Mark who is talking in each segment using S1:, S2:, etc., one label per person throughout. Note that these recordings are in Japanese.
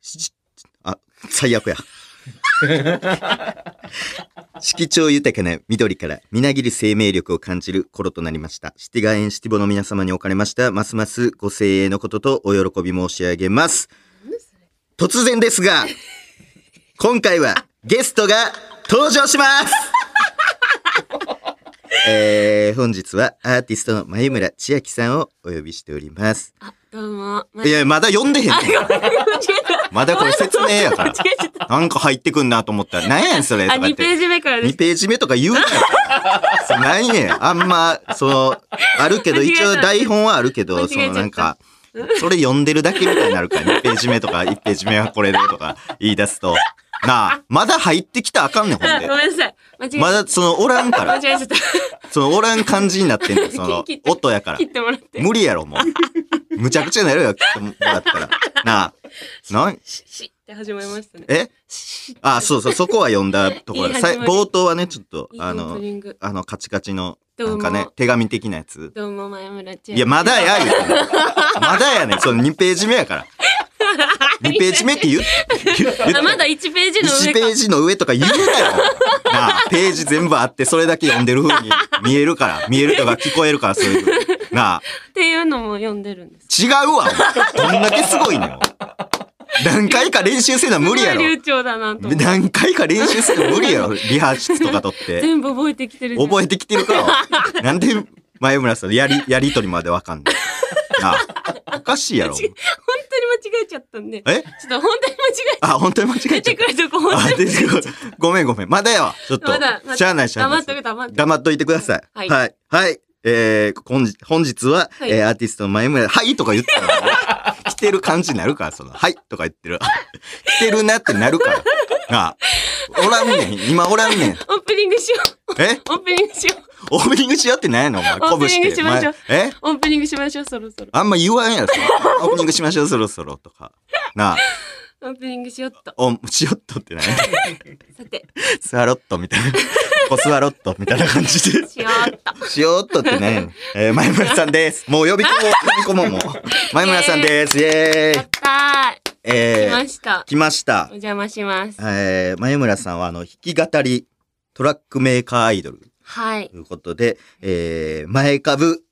S1: しあ、最悪や。色調豊かな緑からみなぎる生命力を感じる頃となりました。シティガーエンシティボの皆様におかれました、ますますご声援のこととお喜び申し上げます。突然ですが、今回はゲストが登場します えー、本日はアーティストの眉村千秋さんをお呼びしております。
S2: あ、どうも。ま
S1: いや、まだ呼んでへんねん。まだこれ説明やから。 なんか入ってくんなと思ったら、なんやねんそれと
S2: あ、
S1: か言っ
S2: 2ペー
S1: て。
S2: ジ目からで
S1: 2
S2: す。
S1: ページ目とか言うなよ。それ何ねん。あんま、その、あるけど、
S2: 間違え
S1: 一
S2: た
S1: 応台本はあるけど、そ
S2: 間違えちゃった
S1: のなんか、それ読んでるだけみたいになるから、2ページ目とか、1ページ目はこれでとか言い出すと。なあ、まだ入ってきたらあかんねん、ほ
S2: あ
S1: んで。
S2: ごめんなさい。間違え、
S1: まだ、その、おらんから。
S2: 間違えちゃった。
S1: その、おらん感じにな ってんねん、その
S2: 切っ、て
S1: 音やから
S2: 切。ってもらって。
S1: 無理やろ、もう。むちゃくちゃになるよ、切ってもらったら。なあ、なん、
S2: シシって始まりましたね。
S1: え
S2: シ
S1: あ、そうそう、そこは読んだところ。
S2: いい
S1: さい
S2: 始まり
S1: 冒頭はね、ちょっと、
S2: いいオ
S1: あ
S2: ープ
S1: の、
S2: ニング。
S1: あの、カチカチの、
S2: どう
S1: な
S2: も
S1: んかね、手紙的なやつ。
S2: どうも、前村ちゃん。
S1: いや、まだや、言うてんのまだやねんその2ページ目や から。2ページ目って言う、言言
S2: あまだ1ページの
S1: 1
S2: 上
S1: ペ
S2: か。
S1: ージの上とか言うなよ。なあ、ページ全部あって、それだけ読んでる風に見えるから、見えるとか聞こえるから、そういう風に。なあ、
S2: っていうのも読んでるんです。
S1: 違うわ。お前どんだけすごいねん。お前何回か練習せな無理やろ
S2: すごい。流暢だなと思って。
S1: 何回か練習するの無理やろ。リハ室とか取って。
S2: 全部覚えてきてるじゃん。
S1: 覚えてきてる から。なんで前村さんのやり、やりとりまでわかんない。なあ、おかしいやろ。
S2: 間違本当に間違えちゃったんで。ちょ
S1: え
S2: っと本当に間違え
S1: あ、本当に間違え
S2: 出
S1: ちゃってた
S2: く。るとこ本
S1: あ、
S2: 当
S1: 出
S2: に。
S1: てくるごめんごめん。まだやわ。ちょっと
S2: まだま。だ
S1: しゃあないしゃあ
S2: 黙
S1: な
S2: っと
S1: い。
S2: く黙っとく。
S1: 黙っといてください。は。
S2: はいい
S1: はい。えー、本日本日は、
S2: はい
S1: えーアーティストの前村、はいとか言ったら、 来てる感じになるから、その、はいとか言ってる。 来てるなってなるから。なあ、おらんねん。今おらんねん。
S2: オープニングしよう。
S1: え
S2: オープニングしよう。
S1: オープニングしようってなんやのお前、
S2: オープニン
S1: 拳
S2: グ
S1: して
S2: しましょう
S1: 前え
S2: オープニングしましょう、そろそろ。
S1: あんま言わんやろ、そのオープニングしましょう、そろそろ、とか。なあ、
S2: オープニングしよっと。
S1: お、しよっとってない
S2: さて、
S1: スワロットみたいな。こスワロットみたいな感じで。
S2: しよっと。
S1: しよっとってないのえー、前村さんです。もう呼び込もう、呼び込もう、もう。前村さんです。イェ
S2: や
S1: ー
S2: っ
S1: イ
S2: たー。
S1: え
S2: 来
S1: ー
S2: ま、した。
S1: 来ました
S2: お。邪魔します。
S1: えー、前村さんは、あの、弾き語り、トラックメーカーアイドル
S2: はい
S1: と。いうことで、えー、前株、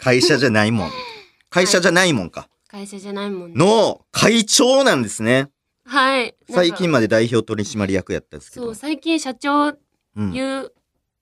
S1: 会社じゃないもん。会社じゃないもんか。
S2: 会社じゃないもんね。
S1: の会長なんですね。
S2: はい。
S1: 最近
S2: ま
S1: まで代表取締役やったんですけ
S2: そ
S1: ど
S2: う、。最近社長
S1: うん、
S2: 言う、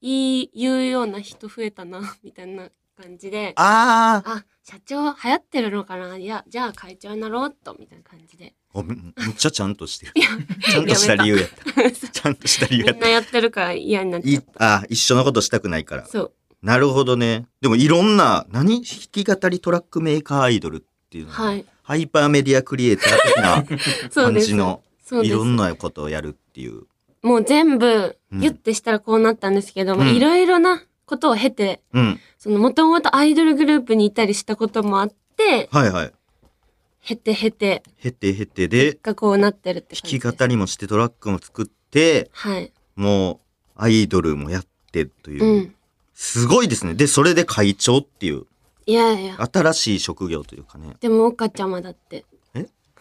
S2: 言い、言うような人増えたな、 みたいな感じで。
S1: あ
S2: あ、社長流行ってるのかないや、じゃあ会長になろうっと、みたいな感じで。
S1: あ、めめっちゃちゃんとしてる。ちゃんとした理由やった。ちゃんとした理由
S2: み
S1: やっ
S2: んな
S1: た。
S2: やってるから嫌になっち
S1: い
S2: ゃっ
S1: あ、一緒のことしたくないか
S2: た。
S1: ら。
S2: そう。
S1: なるほどね。でもいろんな、何弾き語りトラックメーカーアイドルっていうのは、
S2: はい。
S1: ハイパーメディアクリエイタ ー的な
S2: そう
S1: 感
S2: です。
S1: じの、
S2: そう
S1: い
S2: です
S1: ろ。んなことをやるっていう。
S2: もう全部、
S1: うん
S2: ギュッてしたらこうなったんですけど、まあ
S1: うん
S2: いろいろなことを経て、
S1: うん。
S2: その、もともとアイドルグループにいたりしたこともあって、
S1: はいはい。
S2: 経て経て、
S1: へてへてで、
S2: がこうなってるって感じ
S1: 弾き
S2: です。
S1: 語りもしてトラックも作って、
S2: はい。
S1: もうアイドルもやってという。
S2: うん。
S1: すごいですね。で、それで会長っていう、
S2: いやいや。
S1: 新しい職業というかね。
S2: でも、おかちゃまだって。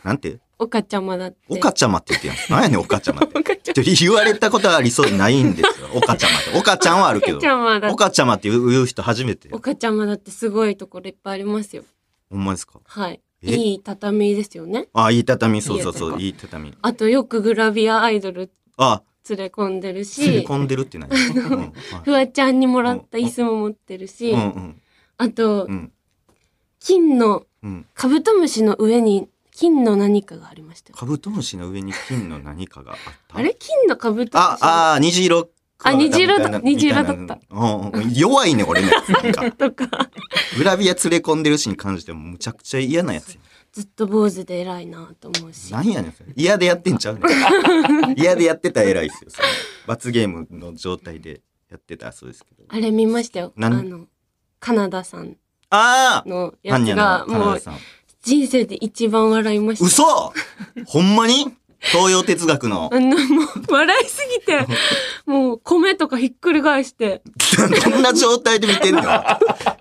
S1: なんて
S2: おかちゃまだって。
S1: お かちゃまって言ってやん。何やねん、おかちゃまって。
S2: おかちゃ
S1: ちょ言われたことはありそうでないんです よ。おかちゃまって。おかちゃんはあるけ
S2: ま。お
S1: ど
S2: かち。ゃまだっ
S1: お
S2: て。
S1: かちゃまって言う言う人初めて
S2: お。かちゃまだってすごいところいっぱいありますよ。
S1: ほんまですか
S2: はい。
S1: え
S2: いい畳ですよね。
S1: あ、いい畳、そうそうそう、い
S2: い
S1: い畳。
S2: あと、よくグラビアアイドル
S1: あ、
S2: 連れ込んでる
S1: 詰め
S2: し、
S1: 込んでるってない。うんはい
S2: フワちゃんにもらった椅子も持ってるし、
S1: うんうん
S2: あと
S1: う、ん
S2: 金の、
S1: うん。
S2: カブトムシの上に金の何かがありましたよ。
S1: カブトムシの上に金の何かがあった。
S2: あれ金のカブトムシ
S1: あ、あー、虹色。
S2: あ虹色だ
S1: みいな
S2: 虹色だっ。
S1: みいなうんうん弱いね、俺ね。なんか。
S2: とか、
S1: グラビア連れ込んでるしに関してもむちゃくちゃ嫌なやつや
S2: ずっと坊主で偉いなと思うし。
S1: なんやねんそれ嫌でやってんちゃう ねん嫌でやってたら偉いっすよそれ罰ゲームの状態でやってたらそうですけど
S2: あれ見ましたよ。あ
S1: 何
S2: の、カナダさん
S1: ああ
S2: の
S1: ハ
S2: や
S1: ン
S2: つ
S1: ニャ
S2: が、
S1: のカナ
S2: も
S1: ダ
S2: う
S1: さん
S2: 人生で一番笑いました。
S1: 嘘ほんまに東洋哲学の
S2: あの、もう、笑いす ぎて、もう、米とかひっくり返して、
S1: どんな状態で見てんの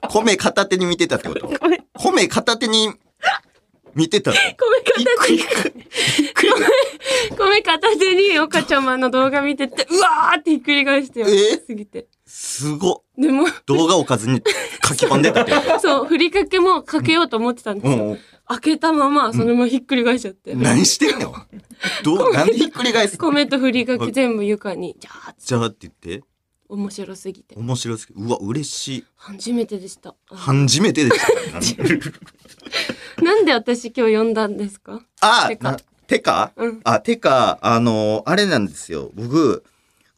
S1: 米片手に見てたってこと
S2: 米、米
S1: 米片手に見てたの
S2: 片手に、
S1: ひっくり
S2: に岡ちゃまの動画見てて、うわーってひっくり返してよ。
S1: え
S2: すぎて。
S1: すごっ。
S2: でも、
S1: 動画おかずに書き込んでたって。
S2: そう、ふりかけもかけようと思ってたんで
S1: う
S2: すよ。
S1: ん。
S2: 開けたまま、そのままひっくり返しちゃって。
S1: 何してんの どう、なんでひっくり返すの
S2: 米とふりかけ全部床に、じゃーって
S1: じゃあって言って。
S2: 面白すぎて。
S1: 面白いですけど、うわ、嬉しい。
S2: 初めてでした。 あ
S1: 初めてでした。
S2: なんで私今日呼んだんですか
S1: あ
S2: て、か
S1: なてか
S2: うん。
S1: あ、てか、あの、あれなんですよ。僕、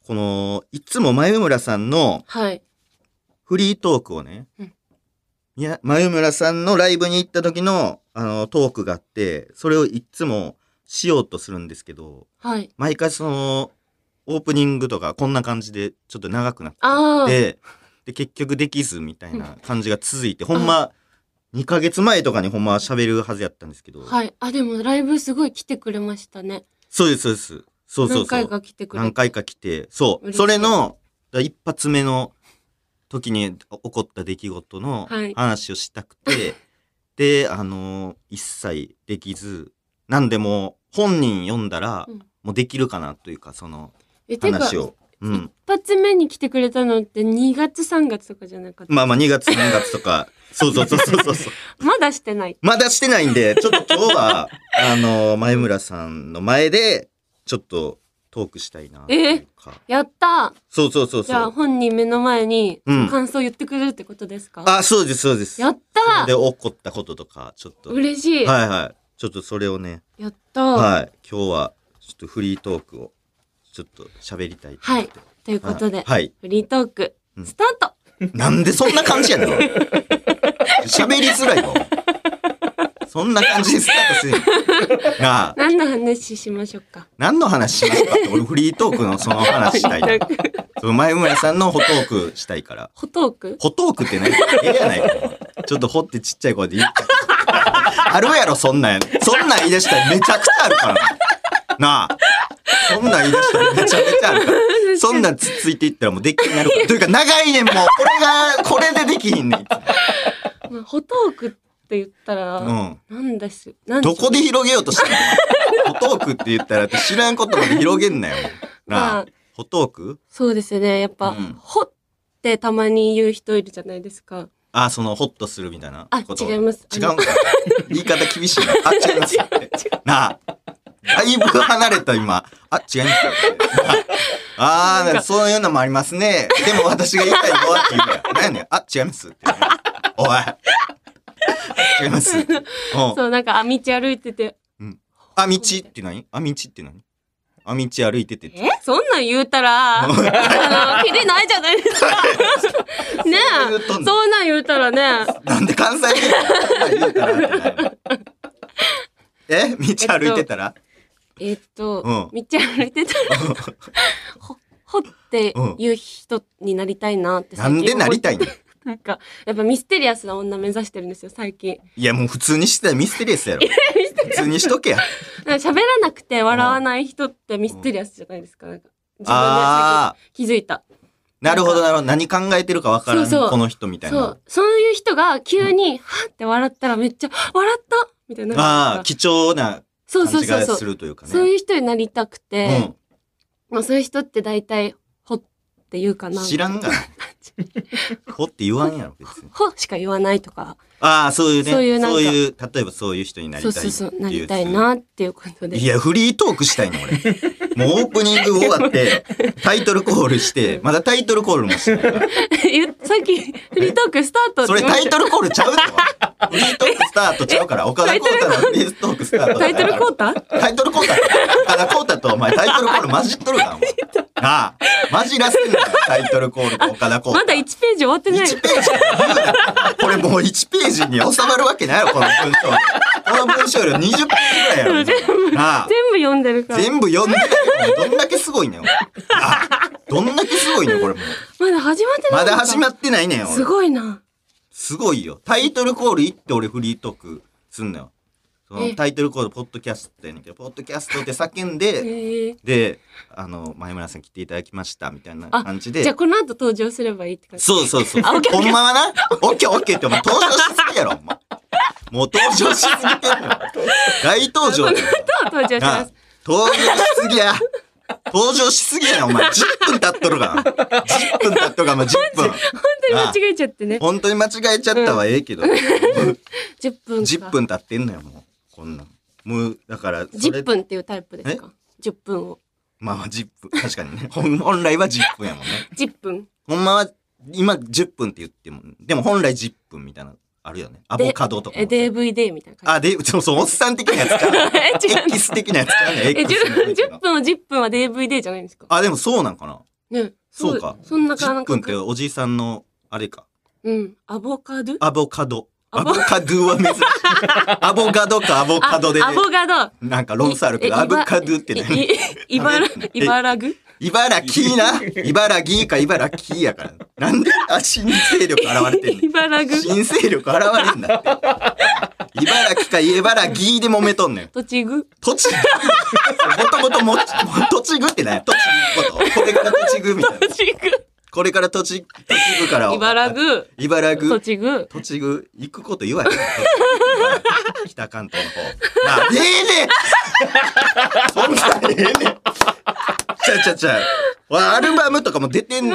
S1: この、いつも眉村さんの
S2: はい。
S1: フリートークをね、
S2: うん
S1: いや、眉村さんのライブに行った時の、あの、トークがあって、それをいつもしようとするんですけど、
S2: はい。
S1: 毎回その、オープニングとかこんな感じでちょっと長くなっ
S2: ああ。
S1: て、で、結局できずみたいな感じが続いて、ほんま、2ヶ月前とかにほんま喋るはずやったんですけど、
S2: はい。あ、でもライブすごい来てくれましたね。
S1: そうです、そうです。そうそうそう。
S2: 何回か来てくれて。
S1: 何回か来て、そう。
S2: 嬉しい
S1: それの、だ一発目の時に起こった出来事の
S2: はい
S1: 話をしたくて、 で、あのー一切できず、なんでもう本人読んだら、
S2: うん
S1: もうできるかなというか、その
S2: え、てか、
S1: 話
S2: 一
S1: を。 うん。
S2: 発目に来てくれたのって2月3月とかじゃなかった。
S1: まあまあ2月3月とか、そうそうそうそうそうそう。
S2: まだしてない。
S1: まだしてないんで、 ちょっと今日は、あのー前村さんの前で、ちょっとトークしたいなというか。
S2: やった
S1: そうそうそう
S2: じ
S1: そ
S2: ゃあ
S1: う。
S2: 本人目の前に
S1: うん
S2: 感想言ってくれるってことですか、
S1: あ、そうです、そうです。
S2: やった
S1: で起こったこととかちょっとはい
S2: 嬉しい、
S1: はいちょっとそれをね
S2: やったはい、
S1: はい今日はちょっとフリートークをちょっと喋りたいと
S2: は
S1: 思っ
S2: い
S1: て
S2: ということで、
S1: はい
S2: フリートーク
S1: うん
S2: スタート、
S1: なんでそんな感じやねん喋りづらいわそんな感じでスタートするなあ
S2: 何の話しましょうか
S1: 何の話しますかって俺フリートークのその話したいなその前村さんのホトークしたいから
S2: ホトーク
S1: ホトークって何ええやないか。ちょっとホってちっちゃい声で言っちゃう。あるやろ、そんなん。そんなん言い出したらめちゃくちゃあるからな。なあ。そんなん言い出したらめちゃめちゃあるから。そんなんつっついていったらもうできになるから。というか長いねん、もう。これが、これでできひんねん。いつ
S2: まあ、ホトークって言ったら、
S1: も
S2: なんです
S1: う。
S2: なんんし
S1: ど
S2: ょう
S1: こで広げようとしてんのホトークって言ったらって知らんことまで広げんなよ。な
S2: ま
S1: あ
S2: あ。
S1: ホトーク
S2: そうですねやっぱ、
S1: うん
S2: ホってたまに言う人いるじゃないですか
S1: あ、その、ホッとするみたいな
S2: あ
S1: こと。
S2: 違います
S1: 違うんか。言い方厳しいな。あ、違います。なあ。だいぶ離れた、今。あ、違います。ああー、なんかそういうのもありますね。でも私が言いたいのはって言うから。何やねん。あ、違いますって。おい。違います。うん
S2: そうなんかあ道歩いてて
S1: あ、道って何あ、道って何あ、道歩いてて。
S2: えそんなん言う たらあのキリないじゃないですかね
S1: そういうとん
S2: え
S1: の
S2: そんなん言うたらね
S1: なんで関西弁言うからってなるえ道 歩いてたら、
S2: えっと、
S1: う
S2: 道歩いてたら、ほ、ほっていう人になりたいなって
S1: なんでなりた
S2: い
S1: いの
S2: なんか、やっぱミステリアスな女目指してるんですよ、最近。
S1: いやもう普通にしてたらミステリアスやろ。普通にしとけや。
S2: なんか喋らなくて笑わない人ってミステリアスじゃないですか、なんか。 自分で最
S1: ああ、
S2: 近気づいた。
S1: なるほどなるほど。何考えてるかわからん
S2: そうそう
S1: この人みたい
S2: そ
S1: な
S2: う。。そういう人が急に、はって笑ったらめっちゃ、笑ったみたいになるじゃない
S1: ああ、
S2: ですか。
S1: 貴重な
S2: そうそ
S1: 感
S2: う
S1: じ
S2: そう
S1: が
S2: そう
S1: す。るというかね。
S2: そういう人になりたくて、
S1: うん
S2: まあそういう人って大体、ほって言うかな。
S1: 知ら んがな。ほって言わんやろ、別に。
S2: ほしか言わないとか。
S1: ああ、そういうね。そ
S2: そうういうなんか
S1: いう、例えばそういう人になり
S2: そ
S1: たいうって
S2: そ
S1: いうう。
S2: そう、なりたいなっていうことで。
S1: いや、フリートークしたいの、 俺。もうオープニング終わって、タイトルコールして、まだタイトルコールもしてないから。
S2: 言っさっき、フリートークスタートって
S1: それ
S2: 言いま
S1: タ
S2: し
S1: イ
S2: た
S1: トルコールちゃうってわフリートークスタートちゃうから、岡田
S2: タイ
S1: コ
S2: トル
S1: ータのフリートークスタート。
S2: タイトルコータ
S1: タイトルコータ岡田コータとお前タイトルコール混じっとるな、お前。なあ、混じらせんなよ、タイトルコールと岡田コータ。
S2: まだ1ページ終わってない。
S1: 1ページこれもう1ページに収まるわけないよ、この文章。この文章より20ページぐらいやろ。今なあ。
S2: 全部読んでるから。
S1: 全部読んでるどんだけすごいねん、お前なあどんだけすごいねん、これもう。
S2: まだ始まってな
S1: ま
S2: いのか。
S1: だ始まってないねん、俺
S2: すごいな。
S1: すごいよ。タイトルコール行って俺フリートークすんのよ。その
S2: え
S1: タイトルコール、ポッドキャストやねんけど、ポッドキャストって叫んで、
S2: えー、
S1: で、あの、前村さん来ていただきました、みたいな
S2: あ
S1: 感じ
S2: じゃあ
S1: で。
S2: この後登場すればいいって感じ。
S1: そうそうそう。
S2: あオッケー
S1: ほんまはな、オッケーオッケーってお前登場しすぎやろ、お前。もう登場しすぎ てんのよ。大登場だよ。
S2: と登場し
S1: な
S2: ま
S1: あ
S2: す。
S1: 登場しすぎや。登場しすぎやな、お前。10分経っとるが。10分経っとるが、まあ、10分。
S2: 当に間違えちゃってね。
S1: 本当に間違えちゃったはええけど。
S2: 10分か。
S1: 10。分経ってんのよ、もう。こんなん。もう、だから、それ
S2: 10。分っていうタイプですか ?10 分を。
S1: まあまあ、10分。確かにね。本本来は10分やもんね。
S2: 10分。
S1: ほんまは、今10分って言っても、でも本来10分みたいな、あるよね。アボカドとかも
S2: え、。DVD みたいな感
S1: あ、で、そうそう、おっさん的なやつか。
S2: じ。 え、違 う
S1: エキス的なやつかね。エ
S2: え、
S1: キスのやつ
S2: 10
S1: か
S2: 分を10分は DVD じゃないんですか
S1: あ、でもそうなんかな。
S2: ね。
S1: そうか
S2: そんなか、な
S1: 10
S2: んか
S1: 分っ。ておじいさんの、あれか。
S2: うん。アボカド
S1: アボカド。ア
S2: ア
S1: ボ
S2: ボ
S1: カドは珍しい。アボカドかアボカドで、
S2: あアボカド。
S1: なんか論争あるけど、
S2: い
S1: アボカドって
S2: い
S1: 何
S2: い 茨茨城
S1: 茨城な。茨城か茨城やから。なんで、あ、新勢力現れてんの
S2: 茨城
S1: 新勢力現れんだって。茨城か茨城で揉めとんねん。
S2: 栃木
S1: 栃木。もともとも、栃木ってね、栃木のこと。これから栃木みたいな。
S2: 栃
S1: これから栃木、栃木から。
S2: 木茨城
S1: 茨城。
S2: 栃木
S1: 栃木行くこと言わへん。 北関東の方。なあ、ええねんそんなんえ えねんちゃちゃちゃ。わアルバムとかも出てんねん。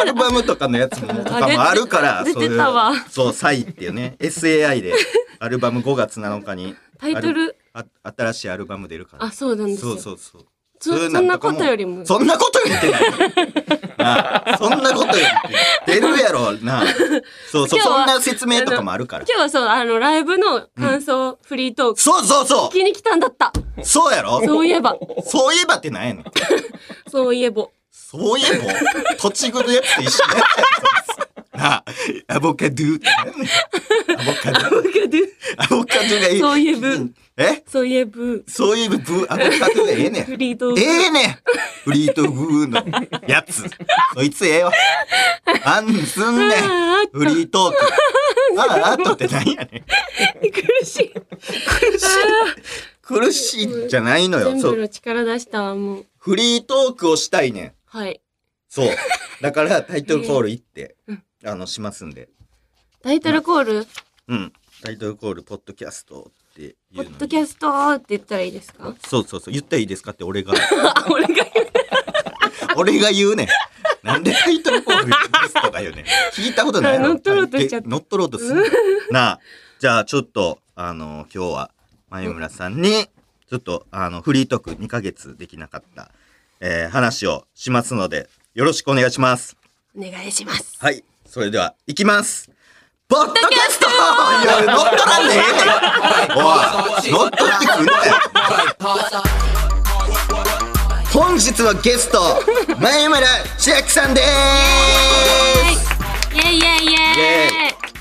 S1: アルバムとかのやつもとかもあるから。
S2: あ出て
S1: そういう
S2: 出てたわ
S1: そう、サイっていうね。SAI で、アルバム5月7日に。
S2: タイトル
S1: あ新しいアルバム出るから。
S2: あそうなんです
S1: そ
S2: よ
S1: うそうそう。
S2: そ
S1: そういう
S2: そんなこ
S1: かも
S2: とよりも
S1: そんなことより ってない。なあそんなことよりって。出るやろ、なあ。そうそう、
S2: 今日
S1: そん
S2: は
S1: な説明とかもあるから。
S2: 今日はそうあのライブの感想フリートーク
S1: そうそうそ
S2: 聞きに来たんだった
S1: うそうやろ
S2: そういえば
S1: そういえばってなんやねん。
S2: そういえば
S1: そういえば、栃木のやつと一緒にやったやつ。なあ、アボカドゥってなんやねんアボカ ドゥ。
S2: アボカド
S1: アボカドゥがいい。
S2: そういえば
S1: え
S2: そういえばフ
S1: そういえば、ブーアボカドゥがええねん。
S2: リートーク
S1: ええねんフリートグーのやつ。そいつええわ。あんすんねん
S2: あーあっ。
S1: フリートーク。ああ、あとってなんやねん。
S2: 苦しい
S1: 苦しい。苦しいじゃないのよ。
S2: 全
S1: そ
S2: 部
S1: う。
S2: の力出したわもう
S1: フリートークをしたいねん。
S2: はい
S1: そう。だからタイトルコール行って、あの、しますんで。
S2: タイトルコール
S1: うん。タイトルコール、ポッドキャストっていう
S2: ポ
S1: の
S2: ッドキャストって言ったらいいですか
S1: そうそうそう。言ったらいいですかって俺が。
S2: あ俺が言う
S1: 俺が言うねん。なんでタイトルコールですとか言うねん。聞いたことないやろ。
S2: 乗っ取ろうとしちゃった
S1: 乗っ取ろうとす る。なあ、じゃあちょっと、あの、今日は、前村さんに、ちょっと、あの、フリートーク2ヶ月できなかった、えー話をしますので、よろしくお願いします。
S2: お願いします
S1: はい。それでは、いきます。ポッドキャストいや、乗っ取らんでええねん。おい、乗っ取ってくんなよ。本日はゲスト、前村千秋さんです。
S2: イエイイエイイエイ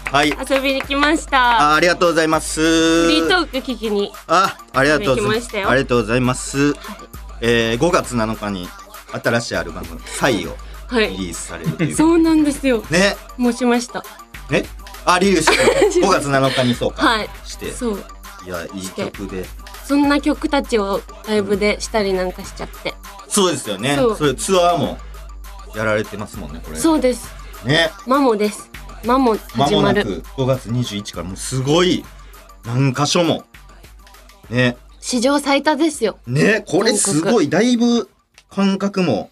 S1: はい。
S2: 遊びに来ました
S1: あありがとうございます。
S2: フリートーク聞きに
S1: あ、ありがとうございま
S2: 来まし
S1: す。
S2: たよ
S1: ありがとうございます。えー、5月7日に新しいアルバム、サイを
S2: は
S1: リ
S2: い
S1: リースされるという。
S2: そうなんですよ
S1: ね、
S2: もうしました
S1: ね、あ、リリース してる5月7日にそうか、
S2: はい
S1: して、
S2: そう
S1: いや、いい曲で。
S2: そんな曲たちをライブでしたりなんかしちゃって
S1: そうですよね。
S2: そう
S1: そういうツアーもやられてますもんね、これ。
S2: そうです
S1: ね、
S2: マモですマモ
S1: ま
S2: 始
S1: も
S2: ま
S1: な
S2: る
S1: く5月21日からもうすごい何箇所も。ね、
S2: 史上最多ですよ
S1: ね、これすごい、だいぶ感覚も。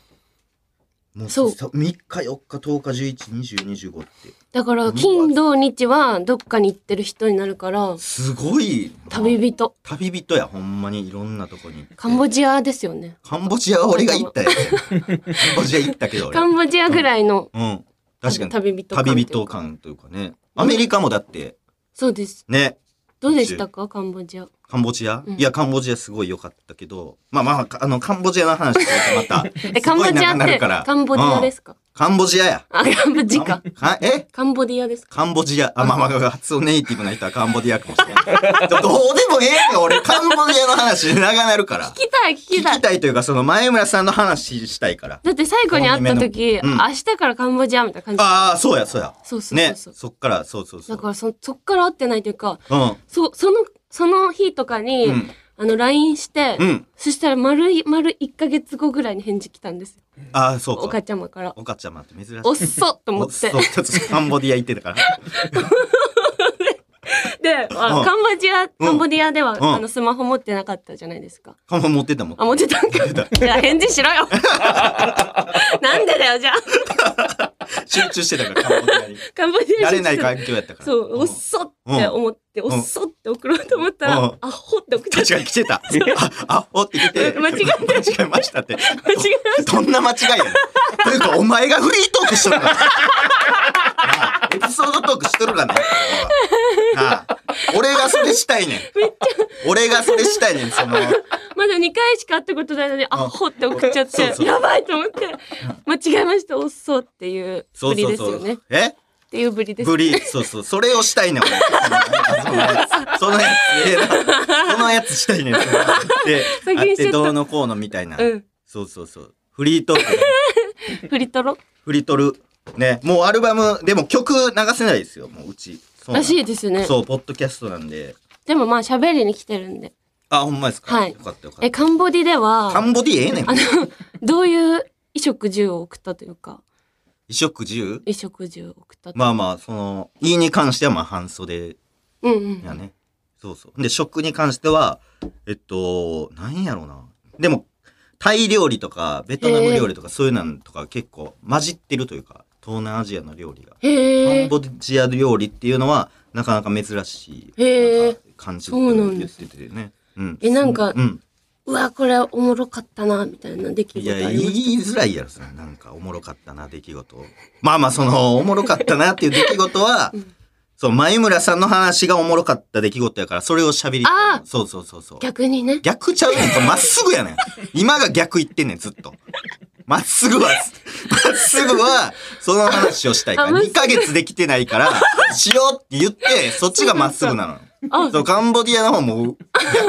S1: もう
S2: そう
S1: 3日、4日、10日、11、20、25って。
S2: だか
S1: う
S2: ら
S1: ん
S2: 金土日はどっかに行ってる人になるから
S1: すごいな。
S2: 旅人
S1: 旅人や、ほんまにいろんなとこに行って。
S2: カンボジアですよね
S1: カンボジアは俺が行ったやつや。カンボジア行ったけど俺。
S2: カ
S1: う
S2: ンボジアぐらいの
S1: ん。確かに。
S2: 旅人感
S1: 旅人感というかね。アメリカもだって、
S2: そうです
S1: ね、
S2: どうでしたかカンボジア
S1: カンボジア、
S2: うん
S1: いや、カンボジアすごい良かったけど、まあまあ、かあの、カンボジアの話するとまた、
S2: えカンボジアってカンボジアですすか
S1: ごい長なるから、うんカンボジアや。
S2: あカンボジアか
S1: カンかえ
S2: カンボディアですか
S1: カンボジア、あ、まあまあ、発音ネイティブな人はカンボジアかもしれない。どどうでもええよ、俺、カンボジアの話長なるから。
S2: 聞きたい聞きたい
S1: というか、その前村さんの話したいから。
S2: だって最後に会った時、
S1: この夢のうん
S2: 明日からカンボジアみたいな感じ
S1: ああ、そうや、そうや。
S2: そうそうそ
S1: ね、
S2: うそう、
S1: そっから、そうそうそ
S2: だ
S1: う。
S2: からそそっから会ってないというか
S1: うん。
S2: そそのその日とかに、
S1: うん
S2: あの LINE して、
S1: うん。
S2: そしたら丸い丸1か月後ぐらいに返事来たんですよ
S1: ああ、そう
S2: お
S1: か
S2: か。ちゃまから
S1: おかちゃまって珍しい。
S2: おっそと思
S1: お
S2: っ
S1: そ
S2: て
S1: うちょっとカンボジア行ってたから。
S2: で、あ
S1: うん
S2: カンボジア、カンボディアでは、
S1: ん
S2: あの、スマホ持ってなかったじゃないですか。
S1: カンファ持ってたもん。
S2: あ、持ってたんか。
S1: 持って
S2: いや、返事 しろよ。なんでだよ、じゃあ。
S1: 集中してたから、カンボジアに。
S2: カンボジア
S1: 慣れない
S2: か
S1: 環境やったから。
S2: そう、お
S1: ん
S2: っそって思って、
S1: ん
S2: おっそって送ろうと思ったら、
S1: うん
S2: あほって送っちゃっ
S1: 確か
S2: た。
S1: に来てた。あ、あ、おって来て。
S2: 間違えて
S1: 間違えましたって。
S2: 間違え
S1: どんな間違いやねん。というか、お前がフリートークしとるから。なあ エピソードトークしとるからな。なあ俺がそれしたいねん。俺がそれしたいねん、その。
S2: まだ2回しか会ったことないのに、あ
S1: うん
S2: ほって送っちゃって、
S1: そうそう
S2: やばいと思って、間違えました、おっそっていう
S1: そ
S2: ぶ
S1: う
S2: り
S1: そ
S2: で
S1: う
S2: す
S1: そ
S2: よね。っ
S1: う。え
S2: ていうぶりです。
S1: ぶり、そうそう。それをしたいねん、俺。 そのやつ、ええなそのやつした いねん。そので、
S2: 先に
S1: あっ
S2: しち
S1: て
S2: ゃった
S1: どうのこうのみたいな。
S2: うん。
S1: そうそうそう。フリートークね。
S2: 振り取ろ。
S1: 振り取る。ね。もうアルバム、でも曲流せないですよ、もううち。そうな
S2: ら
S1: ん
S2: しいですね。
S1: そう、ポッドキャストなんで。
S2: でもまあ喋りに来てるんで。
S1: あ、ほんまですか。
S2: はい
S1: よかったよかっ
S2: え、
S1: た。
S2: カンボディで
S1: カ
S2: は、
S1: ンボディええねん。
S2: あの、どういう衣食住を送ったというか、
S1: 衣食住
S2: 衣食住を送ったと
S1: まあまあ、その、家に関してはまあ半袖
S2: うんうん。
S1: やね。そうそう。で、食に関しては、えっと、なんやろうな。でも、タイ料理とか、ベトナム料理とか、そういうなんとか結構混じってるというか、東南アジアの料理が。
S2: へ
S1: カン
S2: え。
S1: ボジア料理っていうのは、なかなか珍しい
S2: へー
S1: なんか感じって言っててね。うん
S2: えなんか
S1: うん。
S2: うわ、これおもろかったな、みたいな出来
S1: い
S2: 事
S1: や、
S2: あ
S1: 言
S2: りまし
S1: いづらいやろ、それ。なんか、おもろかったな、出来事を。まあまあ、そ の、おもろかったなっていう出来事は、そう、眉村さんの話がおもろかった出来事やから、それを喋りたい
S2: あー
S1: そうそうそうそう
S2: た。。逆にね。
S1: 逆ちゃうねんか、まっすぐやねん。今が逆言ってんねん、ずっと。まっすぐは、まっすぐは、その話をしたいか
S2: あ
S1: ら。
S2: まっすぐ
S1: 2ヶ月できてないから、しようって言って、そっちがまっすぐなのよ。
S2: あ、
S1: そう、カンボディアの方も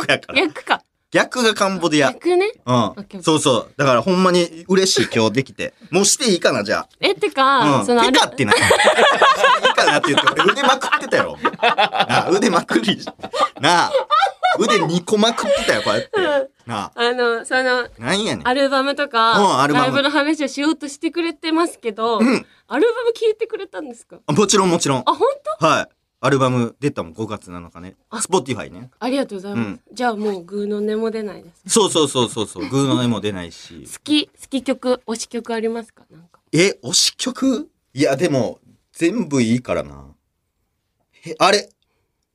S1: 逆やから。
S2: 逆か。
S1: 逆がカンボディア。
S2: 逆ね。オッケ
S1: う
S2: ー
S1: ん。そうそう。だからほんまに嬉しい今日でき て。もうしていいかな、じゃ
S2: え、て
S1: あ。
S2: か、
S1: うん。
S2: そのあ
S1: て
S2: れ
S1: か、ってな。いいかなって言って、俺腕まくってたや ろ。なあ、腕まくり。なあ、腕2個まくってたよ、こうやって。なあ、
S2: あの、その、
S1: なんやねん。
S2: アルバムと
S1: うん
S2: か、
S1: アルバム
S2: ライブの話をしようとしてくれてますけど、
S1: ん
S2: アルバム聞いてくれたんですか
S1: あもちろんもちろん。
S2: あ、本当？
S1: はい。アルバム出たもん、5月7日ね。Spotify ね。
S2: ありがとうございます。じゃあもう、グーの音も出ないです。
S1: そうそうそうそうそう。グーの音も出ないし。
S2: 好き、好き曲、推し曲ありますかなんか。
S1: え、推し曲いや、でも、全部いいからな。へあれ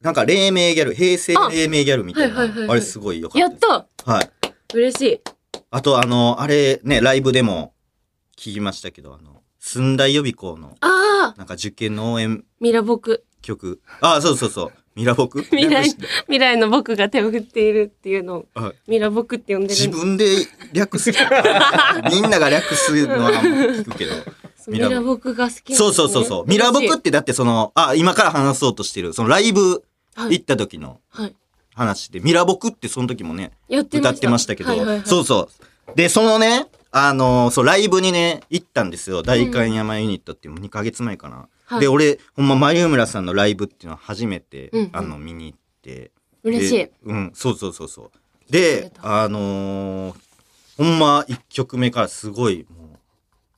S1: なんか、黎明ギャル、平成
S2: あ
S1: 黎明ギャルみたい
S2: はいはいは
S1: な。
S2: いはい
S1: あれすごいよか
S2: や
S1: っ
S2: った
S1: で
S2: た
S1: す。はい。
S2: 嬉しい。
S1: あと、あの、あれね、ライブでも聞きましたけど、あの、寸大予備校の、
S2: ああ
S1: なんか受験の応援
S2: ミラ僕。
S1: 曲。あ、そうそうそう。ミラボ ク
S2: 未来
S1: 略し、
S2: 未来の僕が手を振っているっていうのを、
S1: はい
S2: ミラ僕って呼んでる
S1: 自
S2: んで
S1: 分で略す。 みんなが略すのはあんま聞くけど。
S2: す。ミ
S1: ミラ
S2: ラ僕が好きなんですね
S1: そうそうそうそう。ミラボクっ。てだってその、あ、今から話そうとしてる、そのライブ
S2: はい
S1: 行った時の
S2: はい。
S1: 話で、ミラボクってその時もね、
S2: やってました。
S1: 歌ってましたけど、
S2: はいはいはい
S1: そうそう。で、そのね、あのーそう、ライブにね、行ったんですよ。大観山ユニットっていうもう2ヶ月前かな。
S2: はい
S1: で、俺、ほんま、眉村さんのライブっていうのは初めて、
S2: うんうん
S1: あの、見に行って。
S2: 嬉しい
S1: で。うん、そうそうそうそう。
S2: ありが
S1: で
S2: と、う
S1: あのーほんま、1曲目からすごい、もう、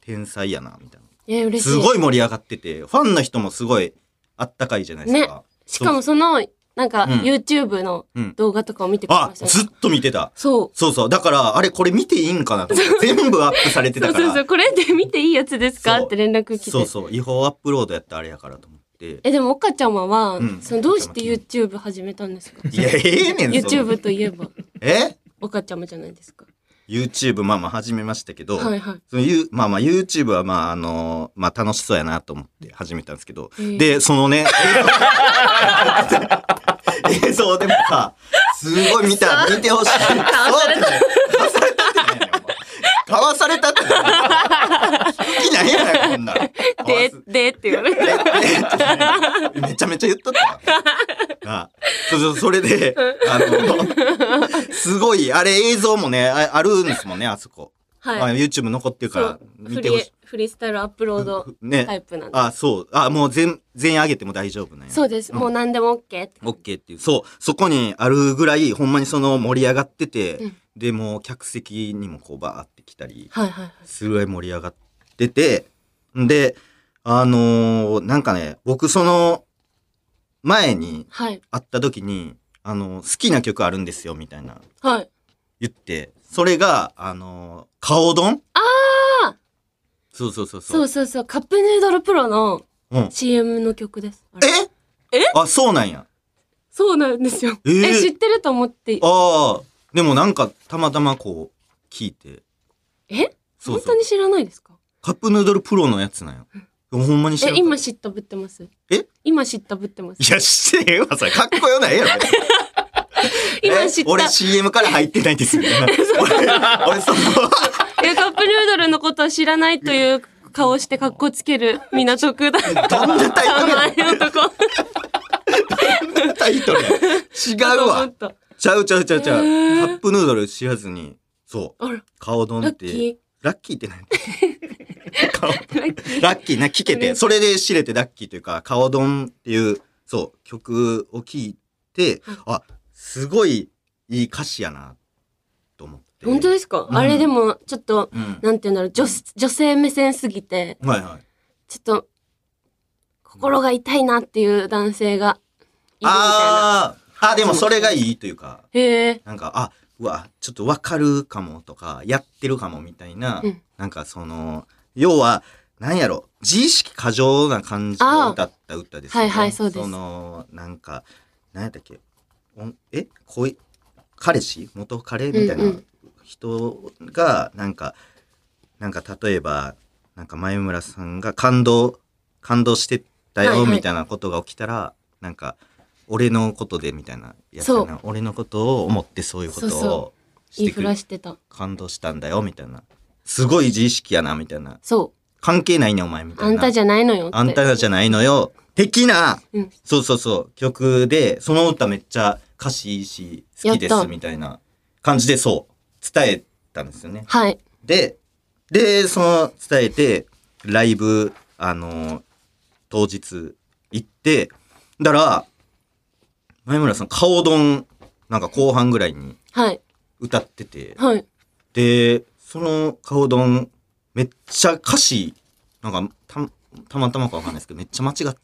S1: 天才やな、みたいな。
S2: え、嬉しい。
S1: すごい盛り上がってて、ファンの人もすごいあったかいじゃないですか。
S2: しかもその、なんか、
S1: うん
S2: YouTube の
S1: うん
S2: 動画とかを見てくれ
S1: あ
S2: ま、したね。
S1: ずっと見てた。
S2: そう。
S1: そうそう。だから、あれこれ見ていいんかなと思って、全部アップされて
S2: そ
S1: た
S2: う
S1: から。
S2: そうそう、これで見ていいやつですか
S1: そう
S2: って連絡来て。
S1: そうそう違法アップロードやったあれやからと思って。
S2: え、でも、岡ちゃまは、
S1: うん
S2: その、どうして YouTube 始めた んですか
S1: いや、ええねん、その
S2: ?YouTube といえば、
S1: え
S2: 岡ちゃまじゃないですか。
S1: ?YouTube、まあまあ始めましたけど、
S2: はいはい。
S1: そのゆまあまあ YouTube はまああのまあ楽しそうやなと思って始めたんですけど、
S2: えー
S1: で、そのね、映像映像でもさ、すごい見た、見てほしい。そうってね買わされ たってね。買わされたってね。好きなんやないこんなの。買わ
S2: で
S1: す、
S2: でって言わ れて。
S1: めちゃめちゃ言っと ったな。あそうそう、それで、あの、すごい、あれ映像もね、ああるんですもんね、あそこ。まあ
S2: はい。
S1: YouTube 残ってるか
S2: そ
S1: ら
S2: う、
S1: 見
S2: フ
S1: てほしい
S2: リ。フリースタイルアップロードタイ
S1: ね。
S2: プなんで。
S1: あ、そう。あ、もう全、全員上げても大丈夫ね。
S2: そうです。もう何でも OK って。
S1: オッケーっていう。そう、そこにあるぐらい、ほんまにその盛り上がってて、
S2: うん
S1: で、もう客席にもこうバーって来たり、
S2: はいはいはい。
S1: すごい盛り上がってて、んで、あのーなんかね、僕その、前に
S2: はい。
S1: 会った時に、あの、好きな曲あるんですよ、みたいな
S2: はい。
S1: 言って、それが、あの、顔丼あ
S2: あ
S1: そうそうそう
S2: そ
S1: そうう。
S2: そうそう。カップヌードルプロの
S1: うん、
S2: CM の曲です。あれ
S1: え
S2: え
S1: あ、そうなんや。
S2: そうなんですよ。
S1: えー
S2: え、知ってると思って。
S1: ああ、でもなんか、たまたまこう、聞いて。
S2: え
S1: そう
S2: 本
S1: そ
S2: 当
S1: う。
S2: に知らないですか
S1: カップヌードルプロのやつなんよ。ほんまに知ら
S2: え、
S1: んかった
S2: 今知ったぶってます
S1: え
S2: 今知ったぶってます
S1: いや、してえわ、それ。かっこよないやろ。
S2: 今知っ
S1: え俺
S2: た。
S1: CM から入ってないん ですみたいな。俺、俺その、
S2: え、カップヌードルのことは知らないという顔して格好つける港区だ。
S1: どんなタイトルや
S2: 甘い男。
S1: どんなタイトルや違うわ。
S2: と思っ
S1: ちゃうちゃうちゃうちゃう。
S2: えー
S1: カップヌードル知らずに、そう、
S2: たあら、
S1: 顔丼
S2: ラ
S1: っ
S2: ッキ
S1: て。
S2: ー。
S1: ラッキーって何顔
S2: ラッキー。
S1: ラッキーな、聞けて、それで知れてラッキーというか、顔丼っていう、そう、曲を聞いて、あ、すごいいい歌詞やな、と思って。
S2: 本当ですか、
S1: うん
S2: あれでも、ちょっと、
S1: うん。
S2: なんて言うんだろう、女、女性目線すぎて、
S1: はいはい。
S2: ちょっと、心が痛いなっていう男性がいるみたいな。
S1: あーあ、でもそれがいいというか、
S2: へえ。
S1: なんか、あ、うわ、ちょっとわかるかもとか、やってるかもみたいな、
S2: うん
S1: なんかその、要は、なんやろ、自意識過剰な感じを歌った歌ですよね。
S2: あーはいはいそうです
S1: その、なんか、なんやったっけ、おんえ恋、彼氏元彼みたい
S2: うんう
S1: なん人が、なんか、なんか例えば、なんか前村さんが感動、感動してた
S2: は
S1: よ
S2: いはい
S1: みたいなことが起きたら、なんか、俺のことでみたいなやつやな俺のことを思ってそういうこと
S2: そう
S1: を
S2: そ
S1: し
S2: 言
S1: て
S2: い
S1: く
S2: ふ
S1: れ
S2: らしてた。
S1: 感動したんだよみたいなすごい自意識やなみたいな
S2: そ
S1: 関係ないねお前み
S2: う。
S1: たい
S2: あ
S1: なん
S2: たじゃないのよって。
S1: あんたらじゃないのよ的な、
S2: うん
S1: そうそうそう曲でその歌めっちゃ歌詞いいし好きで
S2: やっ
S1: す
S2: た
S1: みたいな感じでそう伝えたんですよね
S2: はい。
S1: ででその伝えてライブあの当日行ってだから前村さん顔丼なんか後半ぐらいに
S2: はい。
S1: 歌ってて
S2: はい。
S1: でその顔丼めっちゃ歌詞なんかたたまたまかわかんないですけどめっちゃ間違って、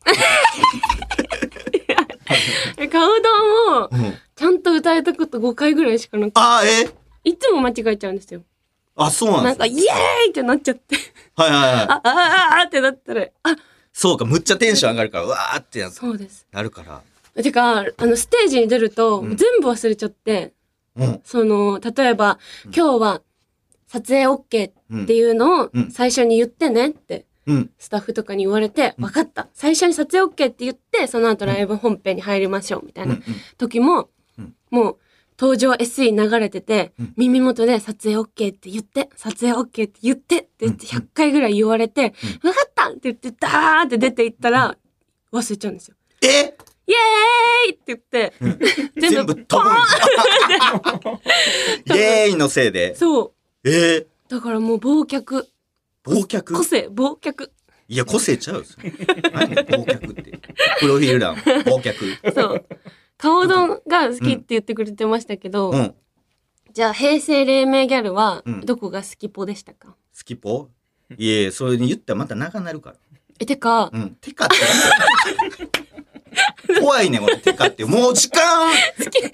S2: えカウドンを、
S1: うん
S2: ちゃんと歌えたこと5回ぐらいしかなく
S1: あーえ
S2: いつも間違えちゃうんですよ。
S1: あそうなんで
S2: な
S1: す
S2: んか、イエーイってなっちゃ って、
S1: はいはいはい
S2: あ、あ、あ、ああってなったら、あ、
S1: そうかむっちゃテンション上がるからうわーってやつ
S2: そうです。
S1: なるから
S2: てか、あの、ステージに出ると、
S1: うん
S2: 全部忘れちゃって、
S1: うん
S2: その、例えば、
S1: うん
S2: 今日は、撮影 OK っ
S1: うん
S2: ていうのを
S1: うん、
S2: 最初に言ってねって、
S1: うん
S2: スタッフとかに言われて、
S1: うん
S2: 分かった。最初に撮影 OK って言って、その後ライブ本編に入りましょう、みた
S1: う
S2: い
S1: んう
S2: なん時も
S1: うん、
S2: もう、登場 SE 流れてて
S1: うん、
S2: 耳元で撮影 OK って言って、撮影 OK って言ってって言って
S1: うん
S2: 100回ぐらい言われて
S1: うん、
S2: 分かったって言って、ダーって出て行ったら、忘れちゃうんですよ。
S1: え
S2: イエーイって言って、
S1: うん全
S2: 全
S1: 部
S2: 部
S1: 飛
S2: ポー ン
S1: ぶんイエーイのせいで。
S2: そう。
S1: えー、
S2: だからもう忘却。
S1: 忘却
S2: 個性、忘却。
S1: いや、個性ちゃうよ。それ何忘却って。プロフィール欄、忘却。
S2: そう。顔丼が好きって言ってくれてましたけど、
S1: うん。
S2: じゃあ平成黎明ギャルは
S1: うん
S2: どこが好きポでしたか、
S1: スキポいやいやそれに言ったらまた長なるから。
S2: え、てか、
S1: うん。て かって。怖いね、これ。てかって。もう時間、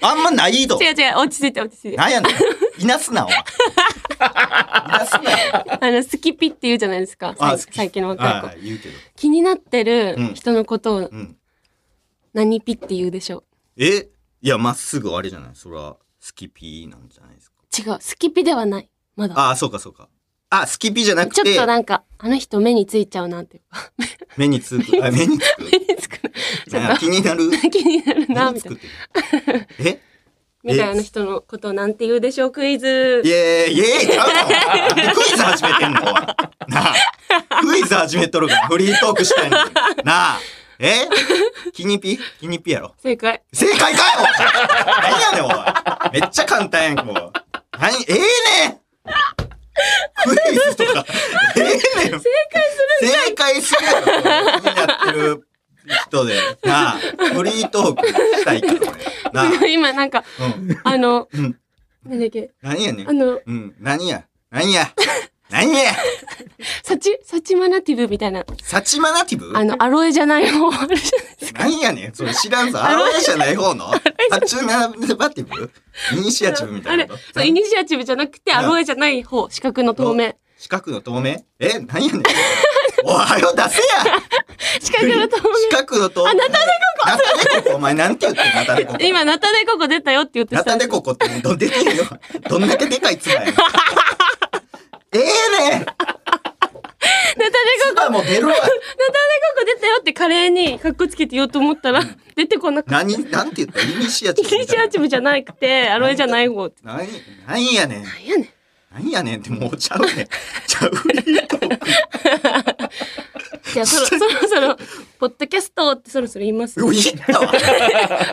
S1: あんまないぞ。
S2: 違う違う、落ち着いて落ち着いて。あ
S1: なんやねん。いなすな、お 前。いなすなよ。
S2: の、好きピって言うじゃないですか。さい
S1: 好き
S2: 最近の若い
S1: あ
S2: 子。
S1: ー言うけど。
S2: 気になって
S1: うん
S2: る人のことを
S1: うん。
S2: 何ピって言うでしょう。
S1: えいや、まっすぐあれじゃない。それは、スキピーなんじゃないですか。
S2: 違う、好きピではない。まだ。
S1: ああ、そうかそうか。あ、スキピじゃなく
S2: ちょってと、なんか、あの人目についちゃうなっていう か。
S1: 目につく。あ、目につく。
S2: 目につくな。ち
S1: な
S2: ょ
S1: ん
S2: っ
S1: か気になる。
S2: と気になるな、
S1: 目に
S2: みた
S1: つ
S2: いな
S1: くっ。て。え
S2: みたいな人のことをなんて言うでしょう、クイズ
S1: イ。エーイイエーイちゃうのなんでクイズ始めてんのおいなあ。クイズ始めとるからフリートークしたいのに。なあ。えキニピキニピやろ。
S2: 正解。
S1: 正解かよおい何やねんおいめっちゃ簡単やんけもう。何ええねんクイズとか。ええねん
S2: 正解する
S1: 正解するやろこれやってる人で。なあ。フリートークしたいから俺。なあ。
S2: 今なんか、
S1: うん
S2: あの
S1: うん、
S2: なんだっけ、
S1: 何やねん
S2: あ。の、
S1: うん、何や何や何や
S2: サチ、サチマナティブみたいな、
S1: サチマナティブ
S2: あの、アロエじゃない方あるじゃないですか。
S1: 何やねんそれ知らんぞ。アロエじゃない方のサチマナティブイニシアチブみた
S2: あ
S1: いな
S2: れ
S1: こと、
S2: そう、イニシアチブじゃなくて、
S1: ん
S2: アロエじゃない方、四角の透明。
S1: 四角の透明え何やねんおはよう出せや
S2: 四角の透
S1: 四角の透明
S2: あナタ
S1: デ ココナタデココお前なんて言ってんナタデココ
S2: 明。今、ナタデココ出たよって言って
S1: ナ
S2: た
S1: タ
S2: んで
S1: デ
S2: す。
S1: ココってどんでけえよどんだけでかいつばやねん ええねん
S2: ナタデ
S1: つ
S2: ココ、ナタ
S1: ばも出るわ
S2: デココ出たよってカレーにカッコつけて言おうと思ったら、出てこなくて。
S1: 何なんて言ったイニシアチブ
S2: イニ
S1: みたい
S2: シ
S1: な
S2: アチブじゃなくて、アロエじゃない方って。
S1: 何何やねん
S2: なんやねん。
S1: 何やねんってもうちゃうねんちゃうフリートーク
S2: じゃ あ、そろそろそろ、ポッドキャストってそろそろ言います。
S1: 言ったわ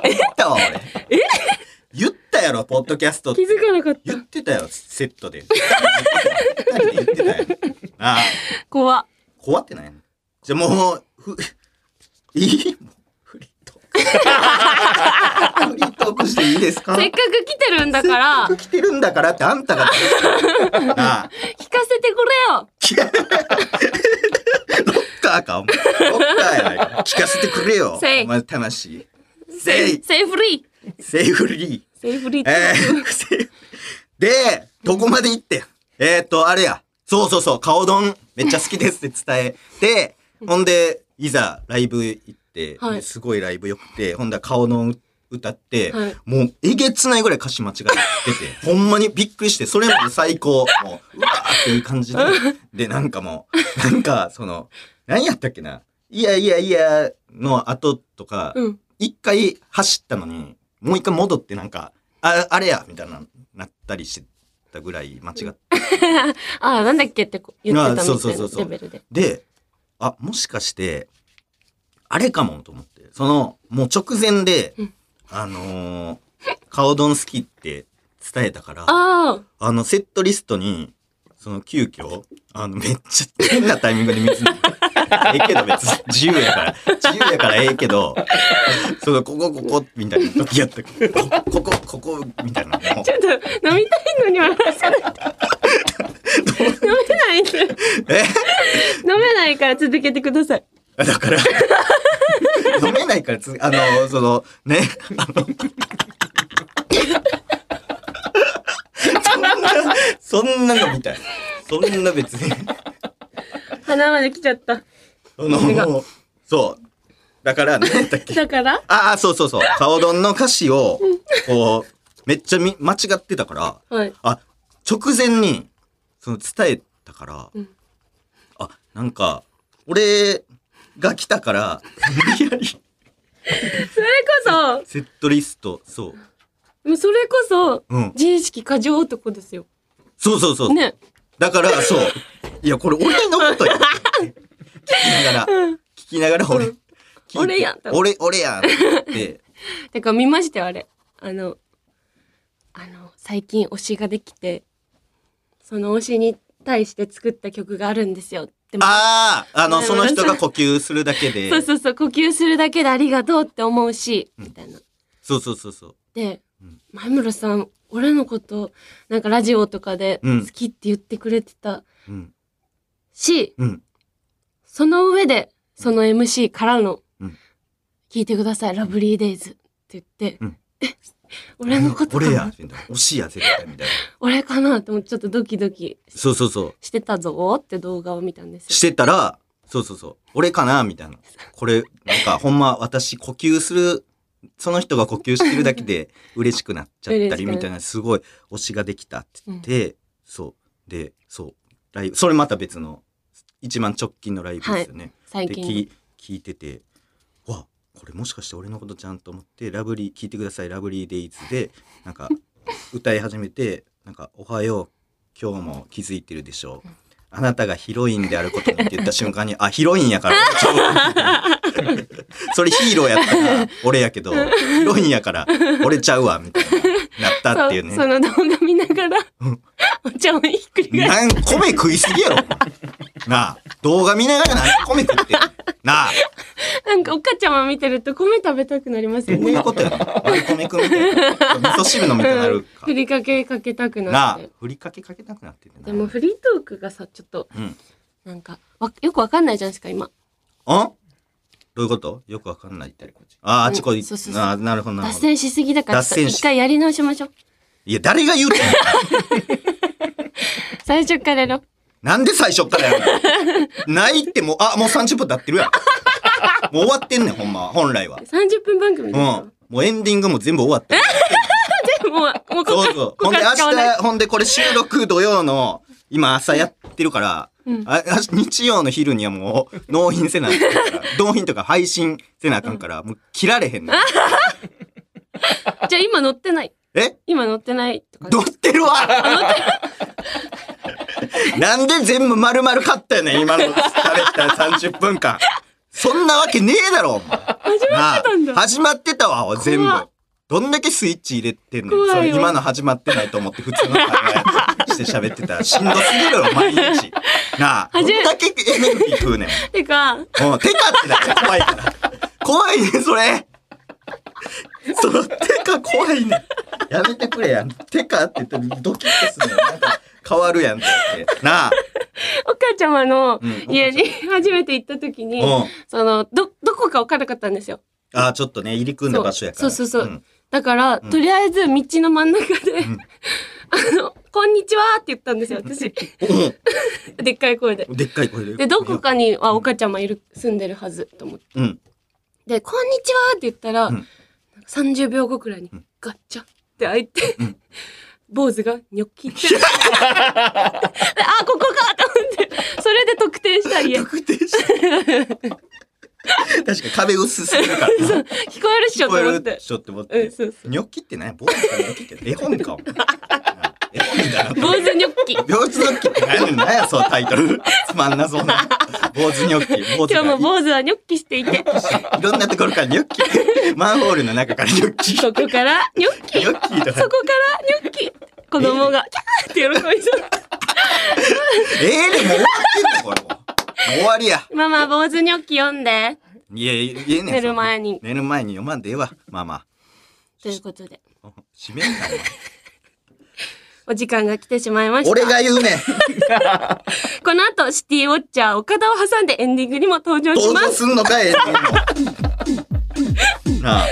S1: 言ったわ 俺言ったやろポッドキャストって
S2: 気づかなかっ。
S1: 言ったてたよセットで言ってたよああ
S2: 怖っ。
S1: 怖ってないのじゃあもうふいいもうフリートークフリートークしていいですか
S2: せっかく来てるんだから、
S1: せっ
S2: 聞
S1: く来てるんだからってあんたがなあ
S2: かせてくれよ
S1: ロッカーかお前ロッカーやないか聞かせてくれよ
S2: せい
S1: お前魂セイ
S2: セイフリー
S1: セイフリー
S2: セイフリーって。
S1: えー、 セイフでどこまで行ってんえー、っとあれやそうそうそう顔丼めっちゃ好きですって伝えて ほんでいざライブ行って、
S2: はい
S1: すごいライブよくてほんだら顔丼歌って、
S2: はい
S1: もうえげつないぐらい歌詞間違ってて ほんまにびっくりしてそれまで最高もううわーっていう感じででなんかもうなんかその何やったっけないやいやいやの後とか、
S2: うん。
S1: 一回走ったのに、もう一回戻ってなんか、ああれやみたいな、なったりしてたぐらい間違って。
S2: ああ、なんだっけってこう言ってた
S1: あそう
S2: み
S1: そう
S2: たい
S1: そう
S2: な
S1: そう
S2: レベルで。
S1: で、あ、もしかして、あれかもと思って。その、もう直前で、
S2: うん
S1: あのー、顔丼好きって伝えたから、あ
S2: あ
S1: の、セットリストに、その、急遽、あの、めっちゃ変なタイミングで水飲んで ええけど別に、自由やから、自由やからええけど、その、ここ、ここ、みたいな時やったからここ、ここ、ここ、みたいな。もう
S2: あ。ちょっと飲みたいのに笑わせない。飲めないんだよ
S1: え
S2: 飲めないから続けてください。
S1: だから、飲めないからつ、あの、その、ね、あの、そんな、そんなのみたい。そんな別に、
S2: 鼻まで来ちゃった。
S1: その、そう。だから、何やったっけ
S2: だから
S1: ああ、そうそう そう。顔丼の歌詞を、こう、めっちゃみ間違ってたから、
S2: はい。
S1: あ、直前に、その伝えたから、
S2: うん
S1: あ、なんか、俺が来たから、無理やり、
S2: それこ
S1: セットリスト、そう。
S2: そ、もうそれこそ、
S1: うん。
S2: 自意識過剰男ですよ。
S1: そうそうそう。
S2: ね。
S1: だから、そう。いや、これ俺のことや。聞きながら、聞きながら俺、聞いて
S2: 俺やんと
S1: 俺、俺やん って。
S2: だから見ましたよ、あれ。あの、あの、最近推しができて、その推しに対して作った曲があるんですよ。でも
S1: ああ、あの、その人が呼吸するだけで
S2: そう。そうそう、呼吸するだけでありがとうって思うし、みたいな。
S1: そうそうそうそう。
S2: で
S1: うん、
S2: 前村さん、俺のこと、なんかラジオとかで
S1: うん
S2: 好きって言ってくれてた
S1: うん。
S2: し、
S1: うん。
S2: その上で、その MC からの、
S1: うん
S2: 聞いてください、ラブリーデイズって言って、
S1: うん
S2: 俺のことかな
S1: 俺や。みたいな推しや、絶対。みたいな。
S2: 俺かなって思ってちょっとドキドキ
S1: そうそうそう。
S2: してたぞって動画を見たんですよ。
S1: してたら、そうそうそう。俺かなみたいな。これ、なんか、ほんま、私、呼吸する、その人が呼吸してるだけ で嬉しくなっちゃったり、みたいな、すごい推しができたって言って、そう。で、そう。ライブ、それまた別の、一番直近のライブですよね。
S2: 最
S1: で、
S2: 近。
S1: 聞聞いてて、わ、これもしかして俺のことちゃんと思って、ラブリー、聞いてください、ラブリーデイズで、なん か、歌い始めて、なんか、おはよう、今日も気づいてるでしょう。あなたがヒロインであることにって言った瞬間に、あ、ヒロインや から。それヒーローやったら俺やけど、ヒロインやから俺ちゃうわ、みたいな、なったっていう
S2: そうそ
S1: ね。
S2: の動画見ながら、お茶をひっくり返
S1: なん米食いすぎやろ。なあ、動画見ながら何米食ってん。なあ、
S2: なんかおっかちゃま見てると米食べたくなりますよ
S1: こういう
S2: ね。
S1: ことよね。割り込みくんみたいな。味噌汁飲みたくなるか
S2: ふ。りかけかけたくな
S1: な
S2: っ
S1: あ
S2: て。、
S1: ふりかけかけたくなってるな。
S2: でもフリートークがさ、ちょっと、
S1: うん。
S2: なんか、わよくわかんないじゃないですか、今。
S1: あどういうことよくわかんないって。ああ、あっちこい。
S2: そうそうそう
S1: ああ、なるほど、なる
S2: 脱
S1: ほど。
S2: 線しすぎだから、
S1: 脱
S2: ち
S1: 線
S2: ょっと
S1: し
S2: 一回やり直しましょう。
S1: いや、誰が言うてんの
S2: 最初からやろう。
S1: なんで最初からやる のないってもう、あ、もう30分経ってるやん。もう終わってんねん、ほんまは。本来は。
S2: 30分番組
S1: うん。
S2: ですよ
S1: も。うエンディングも全部終わった。
S2: でもう、もうここ
S1: そう そう。ほんで
S2: ここは使わ
S1: 明
S2: ない
S1: 日、ほんでこれ収録土曜の、今朝やってるから、
S2: うん
S1: あ明日日曜の昼にはもう納品せなあかんか ら、納品とか配信せなあかんから、もう切られへんの。
S2: じゃあ今乗ってない。
S1: え
S2: 今乗ってないとか。
S1: 乗ってるわなんで全部丸々買ったよねん今の食べた30分間。そんなわけねえだろ、お前
S2: 始まってたんだ。
S1: なあ始まってたわ、全部
S2: 怖っ。
S1: どんだけスイッチ入れてんの
S2: 怖いわ
S1: それ今の始まってないと思って普通の会話して喋ってたらしんどすぎるよ、毎日。な あ、どん
S2: 初め
S1: だけエネルギー食うねん。
S2: てか、
S1: もう、テカってだって怖いから。怖いね、それ。その、テカ怖いね。やめてくれやん。テカって言ったらドキッとするねん。なんか、変わるやんって言って。なあ。
S2: お母ちゃまの
S1: うん
S2: 家に初めて行った時に、
S1: うん。
S2: その、ど、どこか分からなかったんですよ。
S1: ああ、ちょっとね、入り組んだ場所やから。
S2: そうそうそうそうんだから、
S1: うん
S2: とりあえず道の真ん中で、
S1: ん
S2: あの、こんにちはって言ったんです よ、私。でっかい声で。
S1: でっかい声で。
S2: で、どこ。かにはお母ちゃまいる、住んでるはず、と思って。
S1: うん。
S2: で、こんにちはって言ったら、
S1: うん
S2: なんか30秒後くらいに、ガッチャって開いて、
S1: うん
S2: 坊主がニョッ キって。であ、ここかと思って、それで特定した家。聞 こ
S1: 確定した。確か壁薄すぎる から。
S2: えるっしょと思って。
S1: ちょっと思っ
S2: う
S1: て
S2: ん、。そうそう。
S1: ニョッキってね、坊主かニョッキって絵本 か。お前絵本みたいな。
S2: 坊主ニョッキ。
S1: 坊主ニョッキって何やねん何やそのタイトルつまんなそうな坊主ニョッキ坊主
S2: 今日も
S1: が
S2: 坊主はニョッキしていて、
S1: いろんなところからニョッキマンホールの中からニョッキニ
S2: ここからニョッキ。
S1: ョッキと
S2: そこ
S1: か
S2: からニョッキ。子供が、キャーって喜びそう。
S1: ええでも終わってんのこれもう終わりや
S2: ママ、坊主ニョッキ読んで。
S1: いやいや言えねん
S2: 寝る前に
S1: そんな寝る前に読まんでええわまあま
S2: ということで、
S1: あ締めんな
S2: お時間が来てしまいました。
S1: 俺が言うねん
S2: この後、シティウォッチャー岡田を挟んでエンディングにも登場し
S1: 登
S2: ま
S1: 場
S2: す。
S1: すんのかええのなあ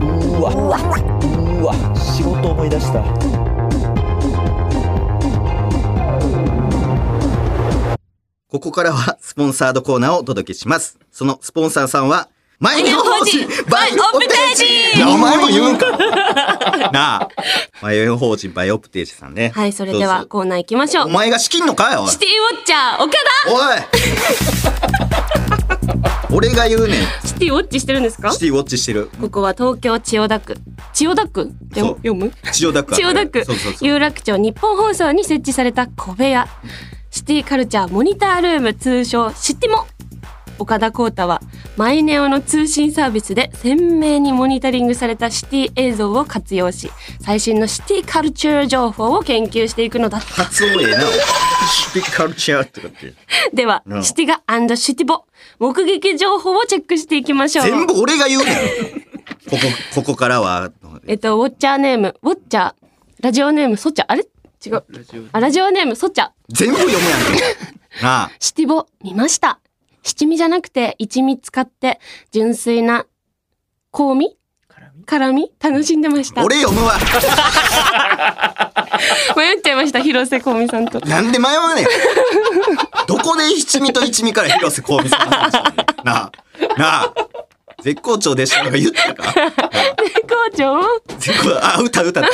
S3: うわうわ仕事思い出した
S1: ここからはスポンサードコーナーをお届けします。そのスポンサーさんは、毎日法人バイオプテージいや、お前も言うんか なあ。マヨ法人バイオプテージさんね。
S2: はい、それでは
S1: どう
S2: コーナー行きましょ
S1: する。お
S2: う。
S1: 前が仕切んのかよ、おい
S2: シティウォッチャー岡田
S1: おい俺が言うねん。
S2: シティウォッチしてるんですか
S1: シティウォッチしてる。
S2: ここは東京千代田区。千代田区って
S1: そう
S2: 読む
S1: 千代田区。
S2: 千代田区
S1: そうそうそう。
S2: 有楽町日本放送に設置された小部屋シティカルチャーモニタールーム通称シティモ岡田光太はマイネオの通信サービスで鮮明にモニタリングされたシティ映像を活用し最新のシティカルチャー情報を研究していくのだった
S1: 発音ええな。おいシティカルチャーってか って。
S2: では、
S1: うん
S2: シティガシティボ目撃情報をチェックしていきましょう
S1: 全部俺が言うねん。ここ、ここからは、
S2: えっとウォッチャーネームウォッチャーラジオネームソチャあれ違うあラジオネームソチャ
S1: 全部読むやんけ。なあ。
S2: シティボ見ました。七味じゃなくて一味使って純粋な香味辛味楽しんでました。
S1: 俺読むわ。
S2: 迷っちゃいました、広瀬香美さ んと。
S1: なんで迷わねえ。どこで七味と一味から広瀬香美さんの話してんねんなあ、なあ。絶好調でしたとか言ったか。
S2: 絶好調
S1: 絶好あ、歌歌って。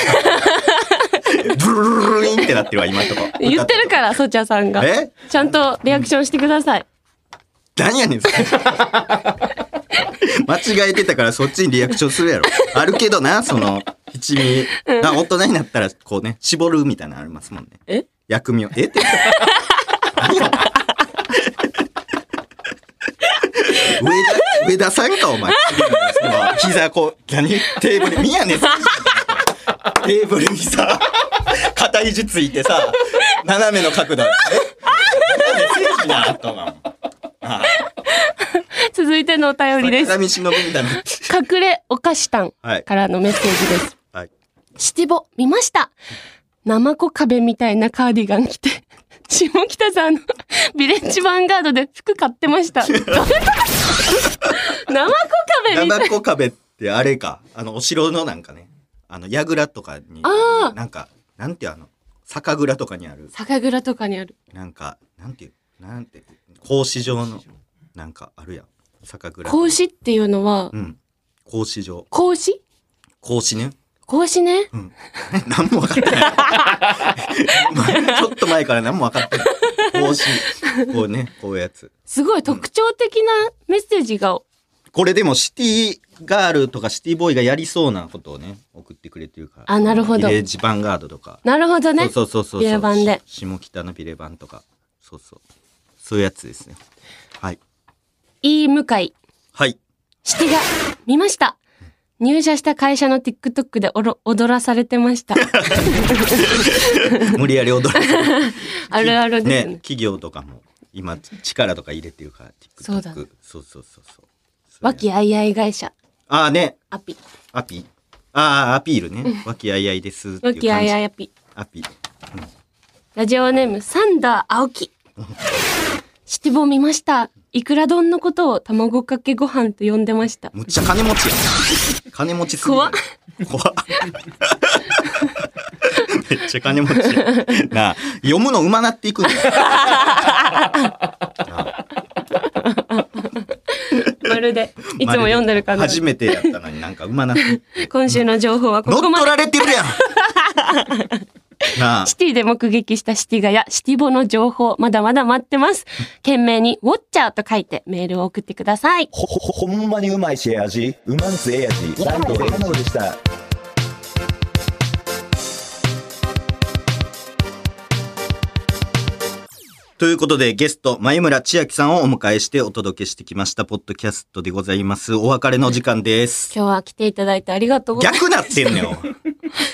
S1: ブルルルルリンってなってるわ、今んとこ。
S2: 言ってるから、ソチャさんが。
S1: え
S2: ちゃんとリアクションしてください。
S1: 何やねん、それ。 間違えてたからそっちにリアクションするやろ。あるけどな、その、七味。な大人になったら、こうね、絞るみたいなのありますもんね。
S2: え
S1: 薬味を。えって。何やお前上田、上田さんか、お前。その膝こう、何テーブル、見やねん。テーブルにさ、片肘ついてさ、斜めの角度。え何やねん、正義な、とか。ああ
S2: 続いてのお便りです
S1: 坂。上忍みたいな。
S2: 隠れお菓子店
S1: はい。
S2: からのメッセージです。
S1: はい。
S2: シティボ、見ました。ナマコ壁みたいなカーディガン着て、 下北沢の ビレッジヴァンガードで服買ってま した。どういうこと ナマコ壁
S1: ナ
S2: みた い
S1: マコ壁ってあれか。あの、お城のなんかね。あの、櫓とかに。
S2: あー
S1: なんか、なんていうあの、酒蔵とかにある。
S2: 酒蔵とかにある。
S1: なんか、なんていう、なんて、格子状の、なんかあるやん。酒蔵。
S2: 格子っていうのは、
S1: うん。格子状。
S2: 格子
S1: 格子ね。
S2: 格子ね。
S1: うん。 何も分かって ない。ちょっと前から何も分かってない。格子。こうね、こういうやつ。
S2: すごい特徴的なメッセージが、
S1: これでもシティガールとかシティボーイがやりそうなことをね、送ってくれてるから。
S2: あなるほど
S1: ビレッジヴァンガードとか。
S2: なるほどね。
S1: そうそうそうそう。
S2: ビレバンで
S1: し下北のビレバンとか。そうそう。そういうやつですね。はい。
S2: いい向かい。
S1: はい。
S2: シティが見ました。入社した会社の TikTok でおろ踊らされてま した。
S1: 無理やり踊らせる。
S2: あるあるですね。
S1: 企業とかも今力とか入れてるから TikTok
S2: そうだね
S1: そうそうそうそう
S2: 和気あいあい会社、
S1: ああね
S2: アピ。
S1: アピああアピールね和気あいあいですっていう
S2: 和
S1: 感じ
S2: 気あいあいアピ。
S1: アピ
S2: ラジオネーム、サンダー青木。シティボ見ました。いくら丼のことを卵かけご飯と呼んでました。
S1: むっちゃ金持ちやん金持ちすぎる
S2: 怖っ
S1: 怖っめっちゃ金持ちやなあ読むのうまなっていくんだ
S2: ま るで、 いつも読んでる感
S1: 初
S2: じ。
S1: めてやったのになんかうまなって いく
S2: 今週の情報はこ
S1: 乗っ
S2: こま
S1: 取
S2: で。
S1: られてるやんなあ
S2: シティで目撃したシティガやシティボの情報、まだまだ待ってます。懸命に、ウォッチャーと書いてメールを送ってください。
S3: ほ、ほ、ほほんまにうまいしええ味。うまんすええ味。サンドででした。
S1: ということで、ゲスト、前村千秋さんをお迎えしてお届けしてきました、ポッドキャストでございます。お別れの時間 です。
S2: 今日は来ていただいてありがとうございます。
S1: 逆なってんのよ。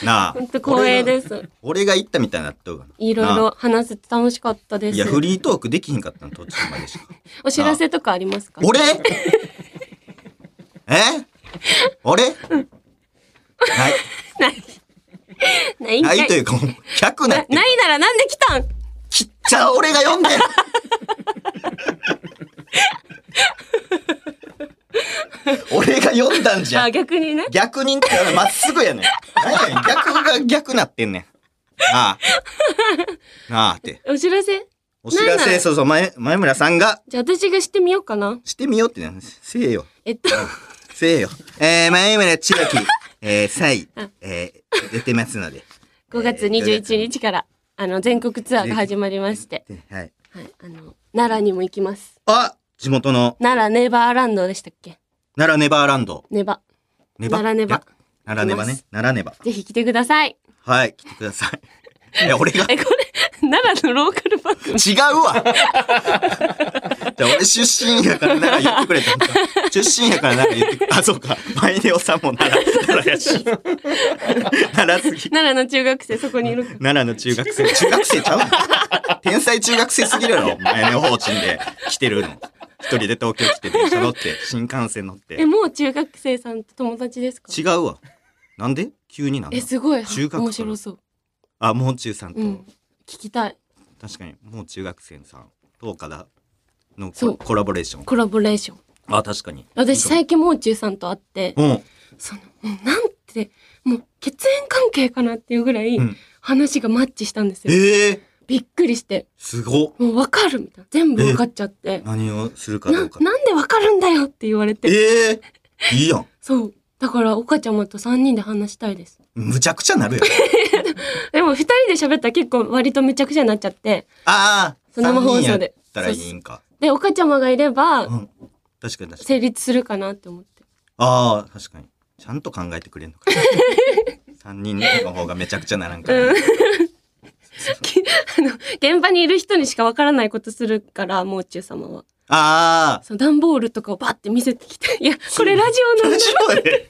S1: なあ。
S2: 本当光栄
S1: 俺が
S2: です。
S1: 俺が言ったみたいになっとるがない
S2: ろいろ話せて楽しかったで
S1: い
S2: す
S1: や、。フリートークできひんかったの、途中までしか。
S2: お知らせとかありますか
S1: 俺え俺
S2: ないん
S1: な
S2: か
S1: い、
S2: い
S1: ないというか、もう逆なってる。
S2: ないならなんで来たん
S1: きっちゃ俺が読んでん俺が読んだんじゃん
S2: あ、。逆にね。
S1: 逆人ってまっすぐやねん。何やねん逆が逆なってんねん。なあ。なあって。
S2: お知らせ
S1: お知ら
S2: なんな
S1: せ、
S2: の
S1: そうそう、前、前村さんが、
S2: じゃあ私がしてみようかな。
S1: してみようってね、せえよ。
S2: えっと、
S1: せえよ。えー、前村千秋、えー、サイ、えー、出てますので。
S2: 5月21日から、あの、全国ツアーが始まりまして、
S1: ではい。
S2: はい、あの、奈良にも行きます。
S1: あ地元の、
S2: 奈良ネバーランドでしたっけ
S1: 奈良ネバーランド。
S2: ネバ。
S1: ネバ
S2: 奈良ネバ
S1: いや奈良ネバ
S2: 行
S1: ね
S2: き。
S1: 奈良ネバ。
S2: ぜひ来てください。
S1: はい、来てくだ さい。いや、俺が、
S2: え、これ、 奈良のローカル番 組。
S1: 違うわじゃあ俺出身やからなんか言ってくれたんだ出身やからなんか言ってくれあそうかマイネオさんも奈良奈良や し奈良すぎ
S2: 奈良の中学生そこにいるから。
S1: 奈良の中学生中学生ちゃうの天才中学生すぎるやろマイネオ方針で来てるの一人で東京来て電車乗って新幹線乗って
S2: え、もう中学生さんと友達ですか
S1: 違うわなんで急になんだ
S2: え、すごい。
S1: 中学生
S2: 面白そう。
S1: あもう中さんと、
S2: うん。聞きたい。
S1: 確かにもう中学生さんと岡田のコ
S2: そう
S1: コラボレーション
S2: コラボレーション。
S1: あ確かに
S2: 私、最近もう中さんと会って、
S1: うん
S2: そのもうなんてもう血縁関係かなっていうぐらい
S1: うん
S2: 話がマッチしたんですよ、
S1: ええー
S2: びっくりして
S1: すごっ
S2: もう分かるみたいな全部分かっちゃって、
S1: 何をするかど
S2: な
S1: うか。
S2: なんで分かるんだよって言われて
S1: ええいいやん。
S2: そうだから岡ちゃまと3人で話したいです
S1: むちゃくちゃなるや ん。
S2: でも2人で喋ったら結構割とめちゃくちゃになっちゃって
S1: ああ、
S2: そう生放送
S1: 三
S2: で
S1: 人やったらいいんか。
S2: で岡ちゃまがいれば
S1: うん。確かに確かに。
S2: 成立するかなって思って
S1: ああ、確かに。ちゃんと考えてくれんのか。三人の方がめちゃくちゃならんから。
S2: きあの現場にいる人にしか分からないことするからもう中様は
S1: ああ。
S2: その段ボールとかをバッて見せてきて「いやこれラジオなんだ
S1: 面白い。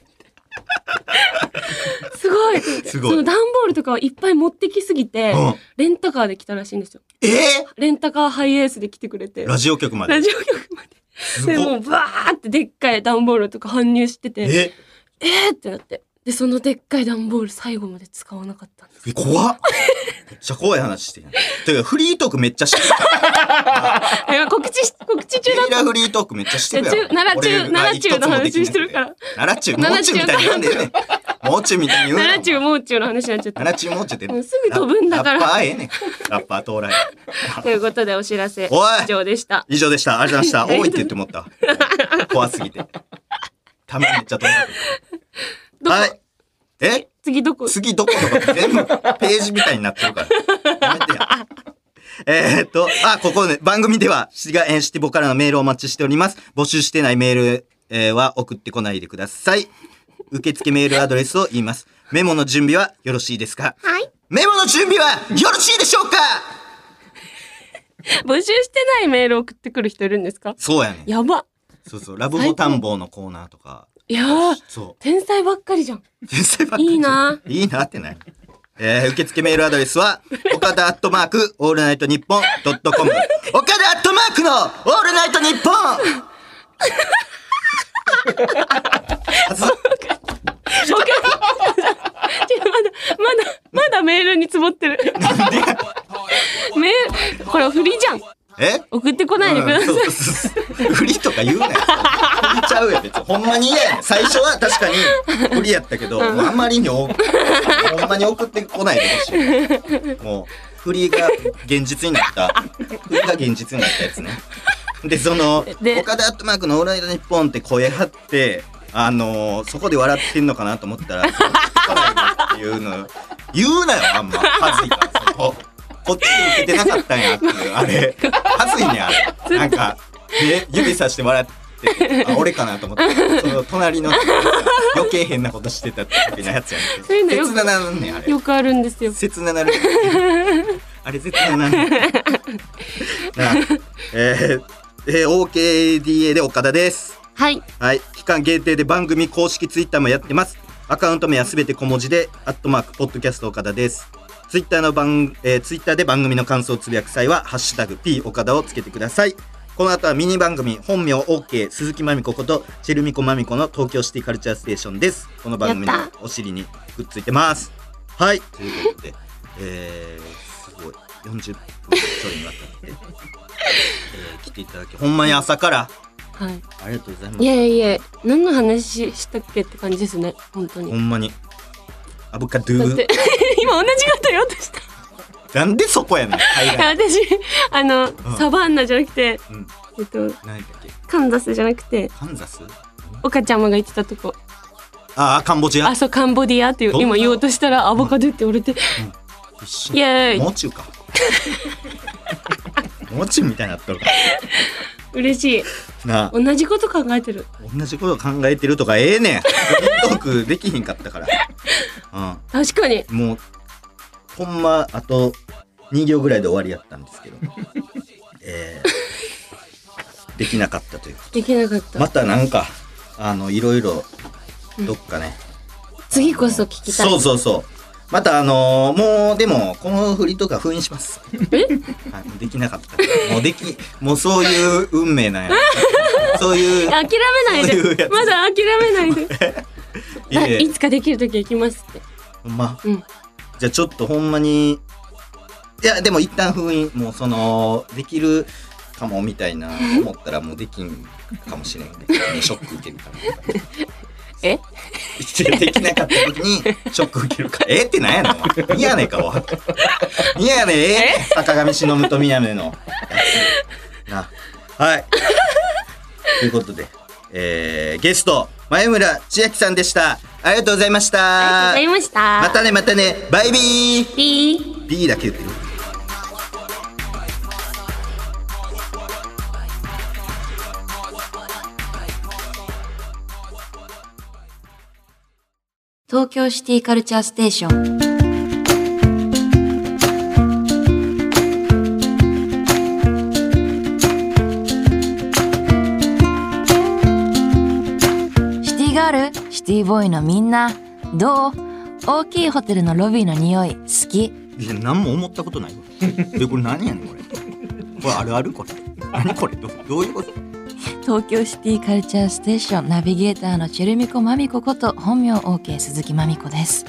S2: すごい
S1: すごい
S2: その段ボールとかをいっぱい持ってきすぎて、
S1: うん
S2: レンタカーで来たらしいんですよ。
S1: ええ
S2: レンタカーハイエースで来てくれて、
S1: ラジオ局まで。
S2: ラジオ局まで。
S1: す
S2: でも
S1: ごっ
S2: うバーってでっかい段ボールとか搬入してて、
S1: え
S2: えーってなって。で、そのでっかい段ボール最後まで使わな かったんです。
S1: え怖っめっちゃ怖い話してる。てか、フリートークめっちゃしてる。
S2: え告知し、告知中
S1: ゲ
S2: だっ
S1: リラフリートークめっちゃしてるや
S2: 中
S1: ん。
S2: 奈良中
S1: 俺が
S2: 奈良中の話してるから。
S1: 奈良中、もう中みたいに言うんでええねん。もう中みたいに言うな
S2: た。奈良中、もう中の話になっちゃった。
S1: 奈良中もう中って。
S2: もうすぐ飛ぶんだから
S1: ラッパーええねん。ラッパー到来。
S2: ということでお知らせ、
S1: おい
S2: 以上でした。
S1: 以上でした。ありがとうございました。多いって言って思った。怖すぎて。ために言っちゃった。
S2: どこ、
S1: はい。え
S2: 次どこ
S1: 次どこどこ全部ページみたいになってるから。やめてや。えーっと、あ、ここで、番組では、シガエンシティボからのメールをお待ちしております。募集してないメール、えーは送ってこないでください。受付メールアドレスを言います。メモの準備はよろしいですか
S2: はい。
S1: メモの準備はよろしいでしょうか
S2: 募集してないメール送ってくる人いるんですか
S1: そうやねん。
S2: やば。
S1: そうそう、ラブボタンボーのコーナーとか。
S2: いやー、
S1: そう。
S2: 天才ばっかりじゃん。
S1: 天才ばっかりじゃん
S2: いいない
S1: いなってない。えー、受付メールアドレスは、岡田アットマーク、オールナイトニッポン、ドットコム。岡田アットマークの、オールナイトニッ ポンはず
S2: ちょっとまだ、まだ、まだメールに積も ってる。メール、これ振りじゃん。
S1: え
S2: 送ってこないでください。
S1: うんそうそうそう振りとか言うなよ。振りちゃうよ、別に。ほんまに嫌やねん最初は確かに振りやったけど、もうあんまりに多く、ほんまに送ってこないでほしい。もう、振りが現実にな った。振りが現実になったやつね。で、その、
S2: で
S1: 岡田アットマークのオールナイトニッポンって声張って、あのーそこで笑ってんのかなと思ったら、来ないよっていうの、言うなよ、あんま。恥ずいから、そこ。こっちに受けてなかったんやっていう、あれ。恥ずいね、あれ。なんか、で、指さして笑って、あ、俺かなと思って、その隣の、余計変なことしてた時のやつやね
S2: そういうの
S1: ん。
S2: よく
S1: 切ななんねん、あれ。
S2: よくあるんですよ。
S1: 切ななる。あれ切なな る。なあえー、えー、OKDA で岡田です。
S2: はい。
S1: はい、期間限定で番組公式ツイッターもやってます。アカウント名はすべて小文字で、アットマーク、ポッドキャスト岡田です。ツイッターの番、えー、ツイッターで番組の感想をつぶやく際は、ハッシュタグ P 岡田をつけてください。この後はミニ番組、本名 OK、鈴木まみ子こと、チェルミコまみこの東京シティカルチャーステーションです。この番組の
S2: やっ
S1: お尻にくっついてます。はい、ということで、えー、すごい、40分ちょいにわたって、えー、来ていただき、ほんまに朝から、
S2: はい。
S1: ありがとうございます
S2: い。やいやいや、何の話したっけって感じですね。本当
S1: ほ
S2: に。
S1: んまに。アボカド
S2: だっ
S1: ゥ。、
S2: て 今同じこと言おうと した。
S1: なんでそこやねん。海外。
S2: 私、あの、
S1: ん
S2: サバンナじゃなくて、
S1: うん。
S2: えっと、
S1: 何だっけ。
S2: カンザスじゃなくて、
S1: カンザス。
S2: 岡ちゃまが言ってたとこ。
S1: ああ、カンボジア
S2: あ、。そう、カンボディアっていう
S1: どんな
S2: 今言おうとしたら、アボカドって言われて、
S1: 一緒
S2: いやいや
S1: もう中か。もう中みたいになっとるか
S2: 嬉しい。
S1: ら。なあ。
S2: 同じこと考えてる。
S1: 同じこと考えてるとかええねん。フリートークできひんかったから。
S2: 確かに。
S1: うん。もう。ほんま、あと。2行ぐらいで終わりやったんですけど。えー、できなかったという。
S2: できなかった。
S1: またなんかあのいろいろどっかね、
S2: 次こそ聞きたい。
S1: そうそうそうまたあのーもうでもこの振りとか封印しますはい、もうできなかったもうできもうそういう運命なんやそういう
S2: 諦めない
S1: そういうや
S2: で。
S1: つ
S2: まだ諦め ないで。
S1: いやいや
S2: あ いつかできる時行きますって。
S1: ほんま、
S2: うん
S1: じゃあちょっとほんまにいやでも一旦封印もうそのできるかもみたいな思ったらもうできんかもしれんけど、ね、ショック受けるから。
S2: え
S1: できなかった時にショック受けるから。えってなんやねんお前。いやねんか、おい。いやねん、え坂上忍と宮根のやつ。な。はい。ということで、えー、ゲスト、前村千秋さんでした。ありがとうございました。
S2: ありがとうございました。
S1: またね、またね。バイビー。
S2: ピー。
S1: ビーだけ言ってる。
S4: 東京シティカルチャーステーションシティガールシティボーイのみんなどう大きいホテルのロビーの匂い好き
S1: いや、何も思ったことないわ。え、これ何やねん、これ。これあるあるこれ。何これどどういうこと
S4: 東京シティカルチャーステーションナビゲーターのチェルミコマミコこと本名 OK 鈴木まみこです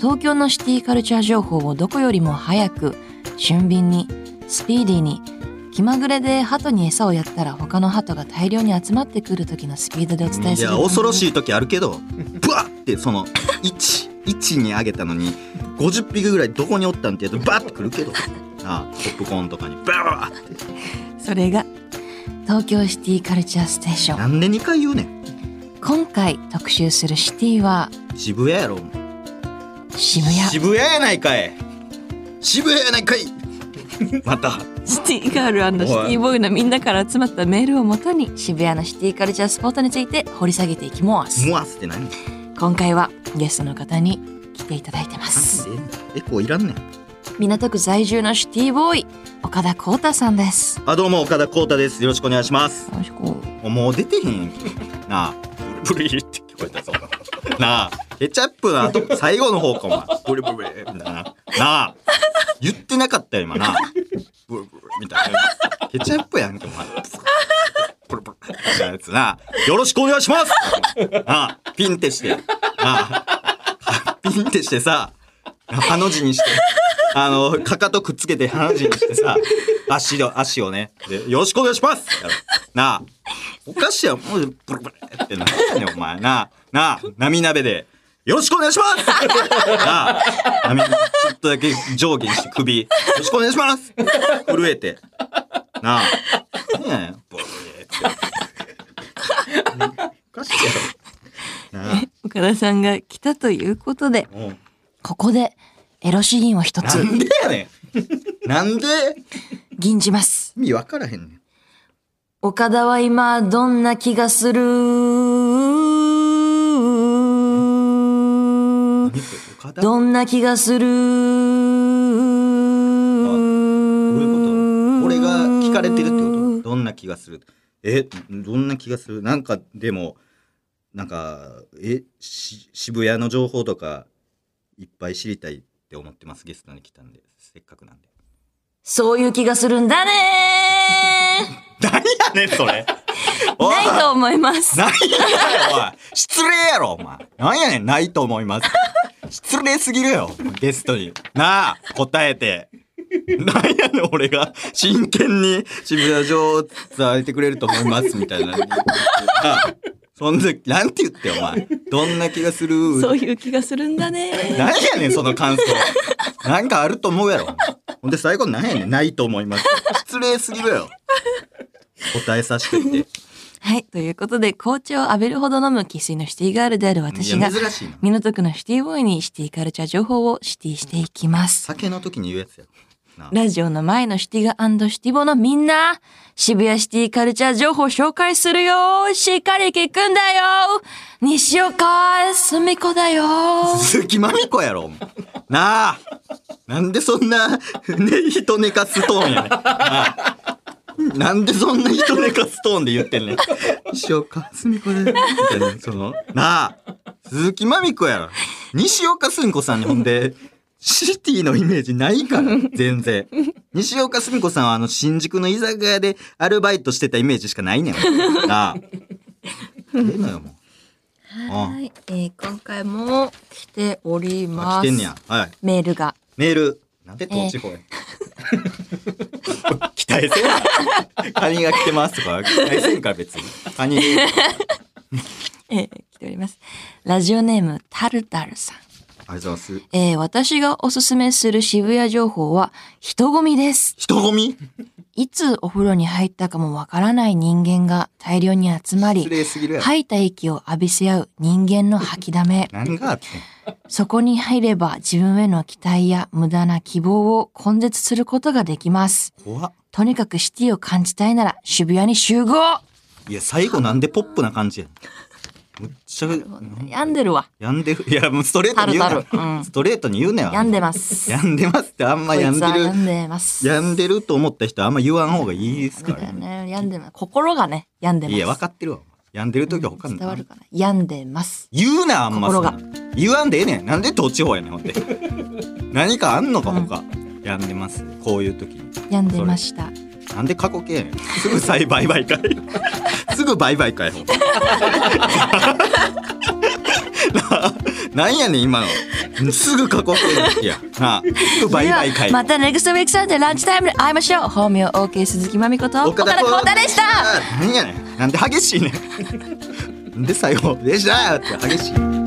S4: 東京のシティカルチャー情報をどこよりも早く俊敏にスピーディーに気まぐれで鳩に餌をやったら他の鳩が大量に集まってくる時のスピードでお伝え
S1: い
S4: する
S1: や恐ろし
S4: い
S1: い時あるけ どブワッてその1 1に上げたのに50匹ぐらいどこにおったんってやるとバッてくるけどあポップコーンとかにバーッて
S4: それが東京シティカルチャーステーショ
S1: な
S4: ン
S1: んで2回言うねん
S4: 今回特集するシティは
S1: 渋谷やろお前
S4: 渋谷
S1: 渋谷やないかい渋谷やないかいまた
S4: シティガールシティボーイのみんなから集まったメールをもとに渋谷のシティカルチャースポットについて掘り下げていきます
S1: モアスって何
S4: 今回はゲストの方に来ていただいてます
S1: なんでエコーいらんねん
S4: 港区在住のシティボーイ岡田光太さんです
S1: あどうも岡田光太ですよろしくお願いします
S4: よろしく
S1: もう出てへんやんけなあブリブリって聞こえたぞなあケチャップの後最後の方かお前ブリブリみたいななあ言ってなかったよ今なブリブリみたいなケチャップやんけお前ブリブリみたいなやつなよろしくお願いしますなあピンってしてなあピンってしてさハの字にしてあのかかとくっつけてハの字にしてさ足の足をねでよろしくお願いしますなあお菓子はもうブルブルってなってねんお前なあなあ波鍋でよろしくお願いしますなあ波ちょっとだけ上下にして首よろしくお願いします震えてなあ何やねんブルブルってお菓子やろなあ
S4: 岡田さんが来たということで
S1: もう
S4: ここでエロ詩吟を一
S1: な
S4: つ
S1: んでやねんなんで
S4: 吟じます
S1: 意味分からへんねん
S4: 岡田は今どんな気がする
S1: 何それ岡田
S4: どんな気がする
S1: どういうこと俺が聞かれてるってことどんな気がするえどんな気がするなんかでもなんかえし渋谷の情報とかいっぱい知りたいって思ってますゲストに来たんでせっかくなん で
S4: そういう気がするんだね
S1: 何やねんそれ
S4: ー
S1: おい
S4: ないと思います。
S1: 何やねんおい失礼やろお前何やねんないと思います失礼すぎるよゲストになあ答えてなんやねん俺が真剣に渋谷城を伝えてくれると思いますみたいななあそんでなんて言ってお前どんな気がする
S2: そういう気がするんだね。
S1: 何やねんその感想なんかあると思うやろほんで最後なんやねんないと思います失礼すぎるよ答えさせてって
S4: はい。ということで、紅茶を浴びるほど飲む生粋のシティガールである私
S1: い
S4: が
S1: や、珍しいな
S4: 港区のシティボーイにシティカルチャー情報をシティしていきます。
S1: 酒の時に言うやつやろな
S4: ラジオの前のシティガシティボのみんな、渋谷シティカルチャー情報紹介するよしっかり聞くんだよ西岡すみこだよ
S1: 鈴木まみこやろお前なあなんでそんな、ね、人寝かすトーンやねんなあなんでそんな人寝かすトーンで言ってんねん西岡すみこでみたいなそのなあ鈴木まみこやろ西岡すみこさんにほんでシティのイメージないから全然西岡すみこさんはあの新宿の居酒屋でアルバイトしてたイメージしかないねん俺なあええのよもうあ
S4: はい、えー今回も来ており
S1: あ
S4: ま
S1: 来
S4: す。
S1: てんねやはい
S4: メールが。
S1: メール。なんで東地方へ。 期待せんな。カニが来てますとか、期待せんから別に。カニ。
S4: えー来ております。ラジオネーム、タルタルさん。
S1: ありがとうございます。
S4: えー私がおすすめする渋谷情報は、人混みです。
S1: 人混み
S4: いつお風呂に入ったかもわからない人間が大量に集まり
S1: 失、礼すぎるやろ。
S4: 吐いた息を浴びせ合う人間の吐きだめ。
S1: 何があってん
S4: そこに入れば自分への期待や無駄な希望を根絶することができます。
S1: 怖っ
S4: とにかくシティを感じたいなら渋谷に集合
S1: いや、最後なんでポップな感じやん。むっちゃ、うん
S4: 病んでるわ。
S1: 病んでる。いや、もうストレートに言
S4: タル
S1: う
S4: タルう
S1: な。
S4: ん
S1: ストレートに言うなよ。
S4: 病んでます。
S1: 病んでますってあんま病んで
S4: こいつは
S1: る
S4: 病。んでます。
S1: 病んでると思った人あんま言わん方がいいですか
S4: だよ
S1: ら。
S4: ね。病んでます。心がね、病んでます。
S1: いや、分かってるわ。病んでる時は他
S4: 伝
S1: の。
S4: わるかな。病んでます。
S1: 言うなあんま
S4: 心が
S1: そんな言わんでええねんなんで東地方やねんほ んで何かあんのかほか、やんでますこういう時に
S4: 病んでました。
S1: なんで過去形やねんすぐ再売買かい すぐ売買かいほんま ななんやねん今のすぐ過去形やなあすぐ売買かい
S4: ではまたネクストウィークサンデーランチタイムで会いましょう本名 OK 鈴木まみこと岡田浩太でした
S1: なんやねんなんで激しいねんなんで最後でしたって激しい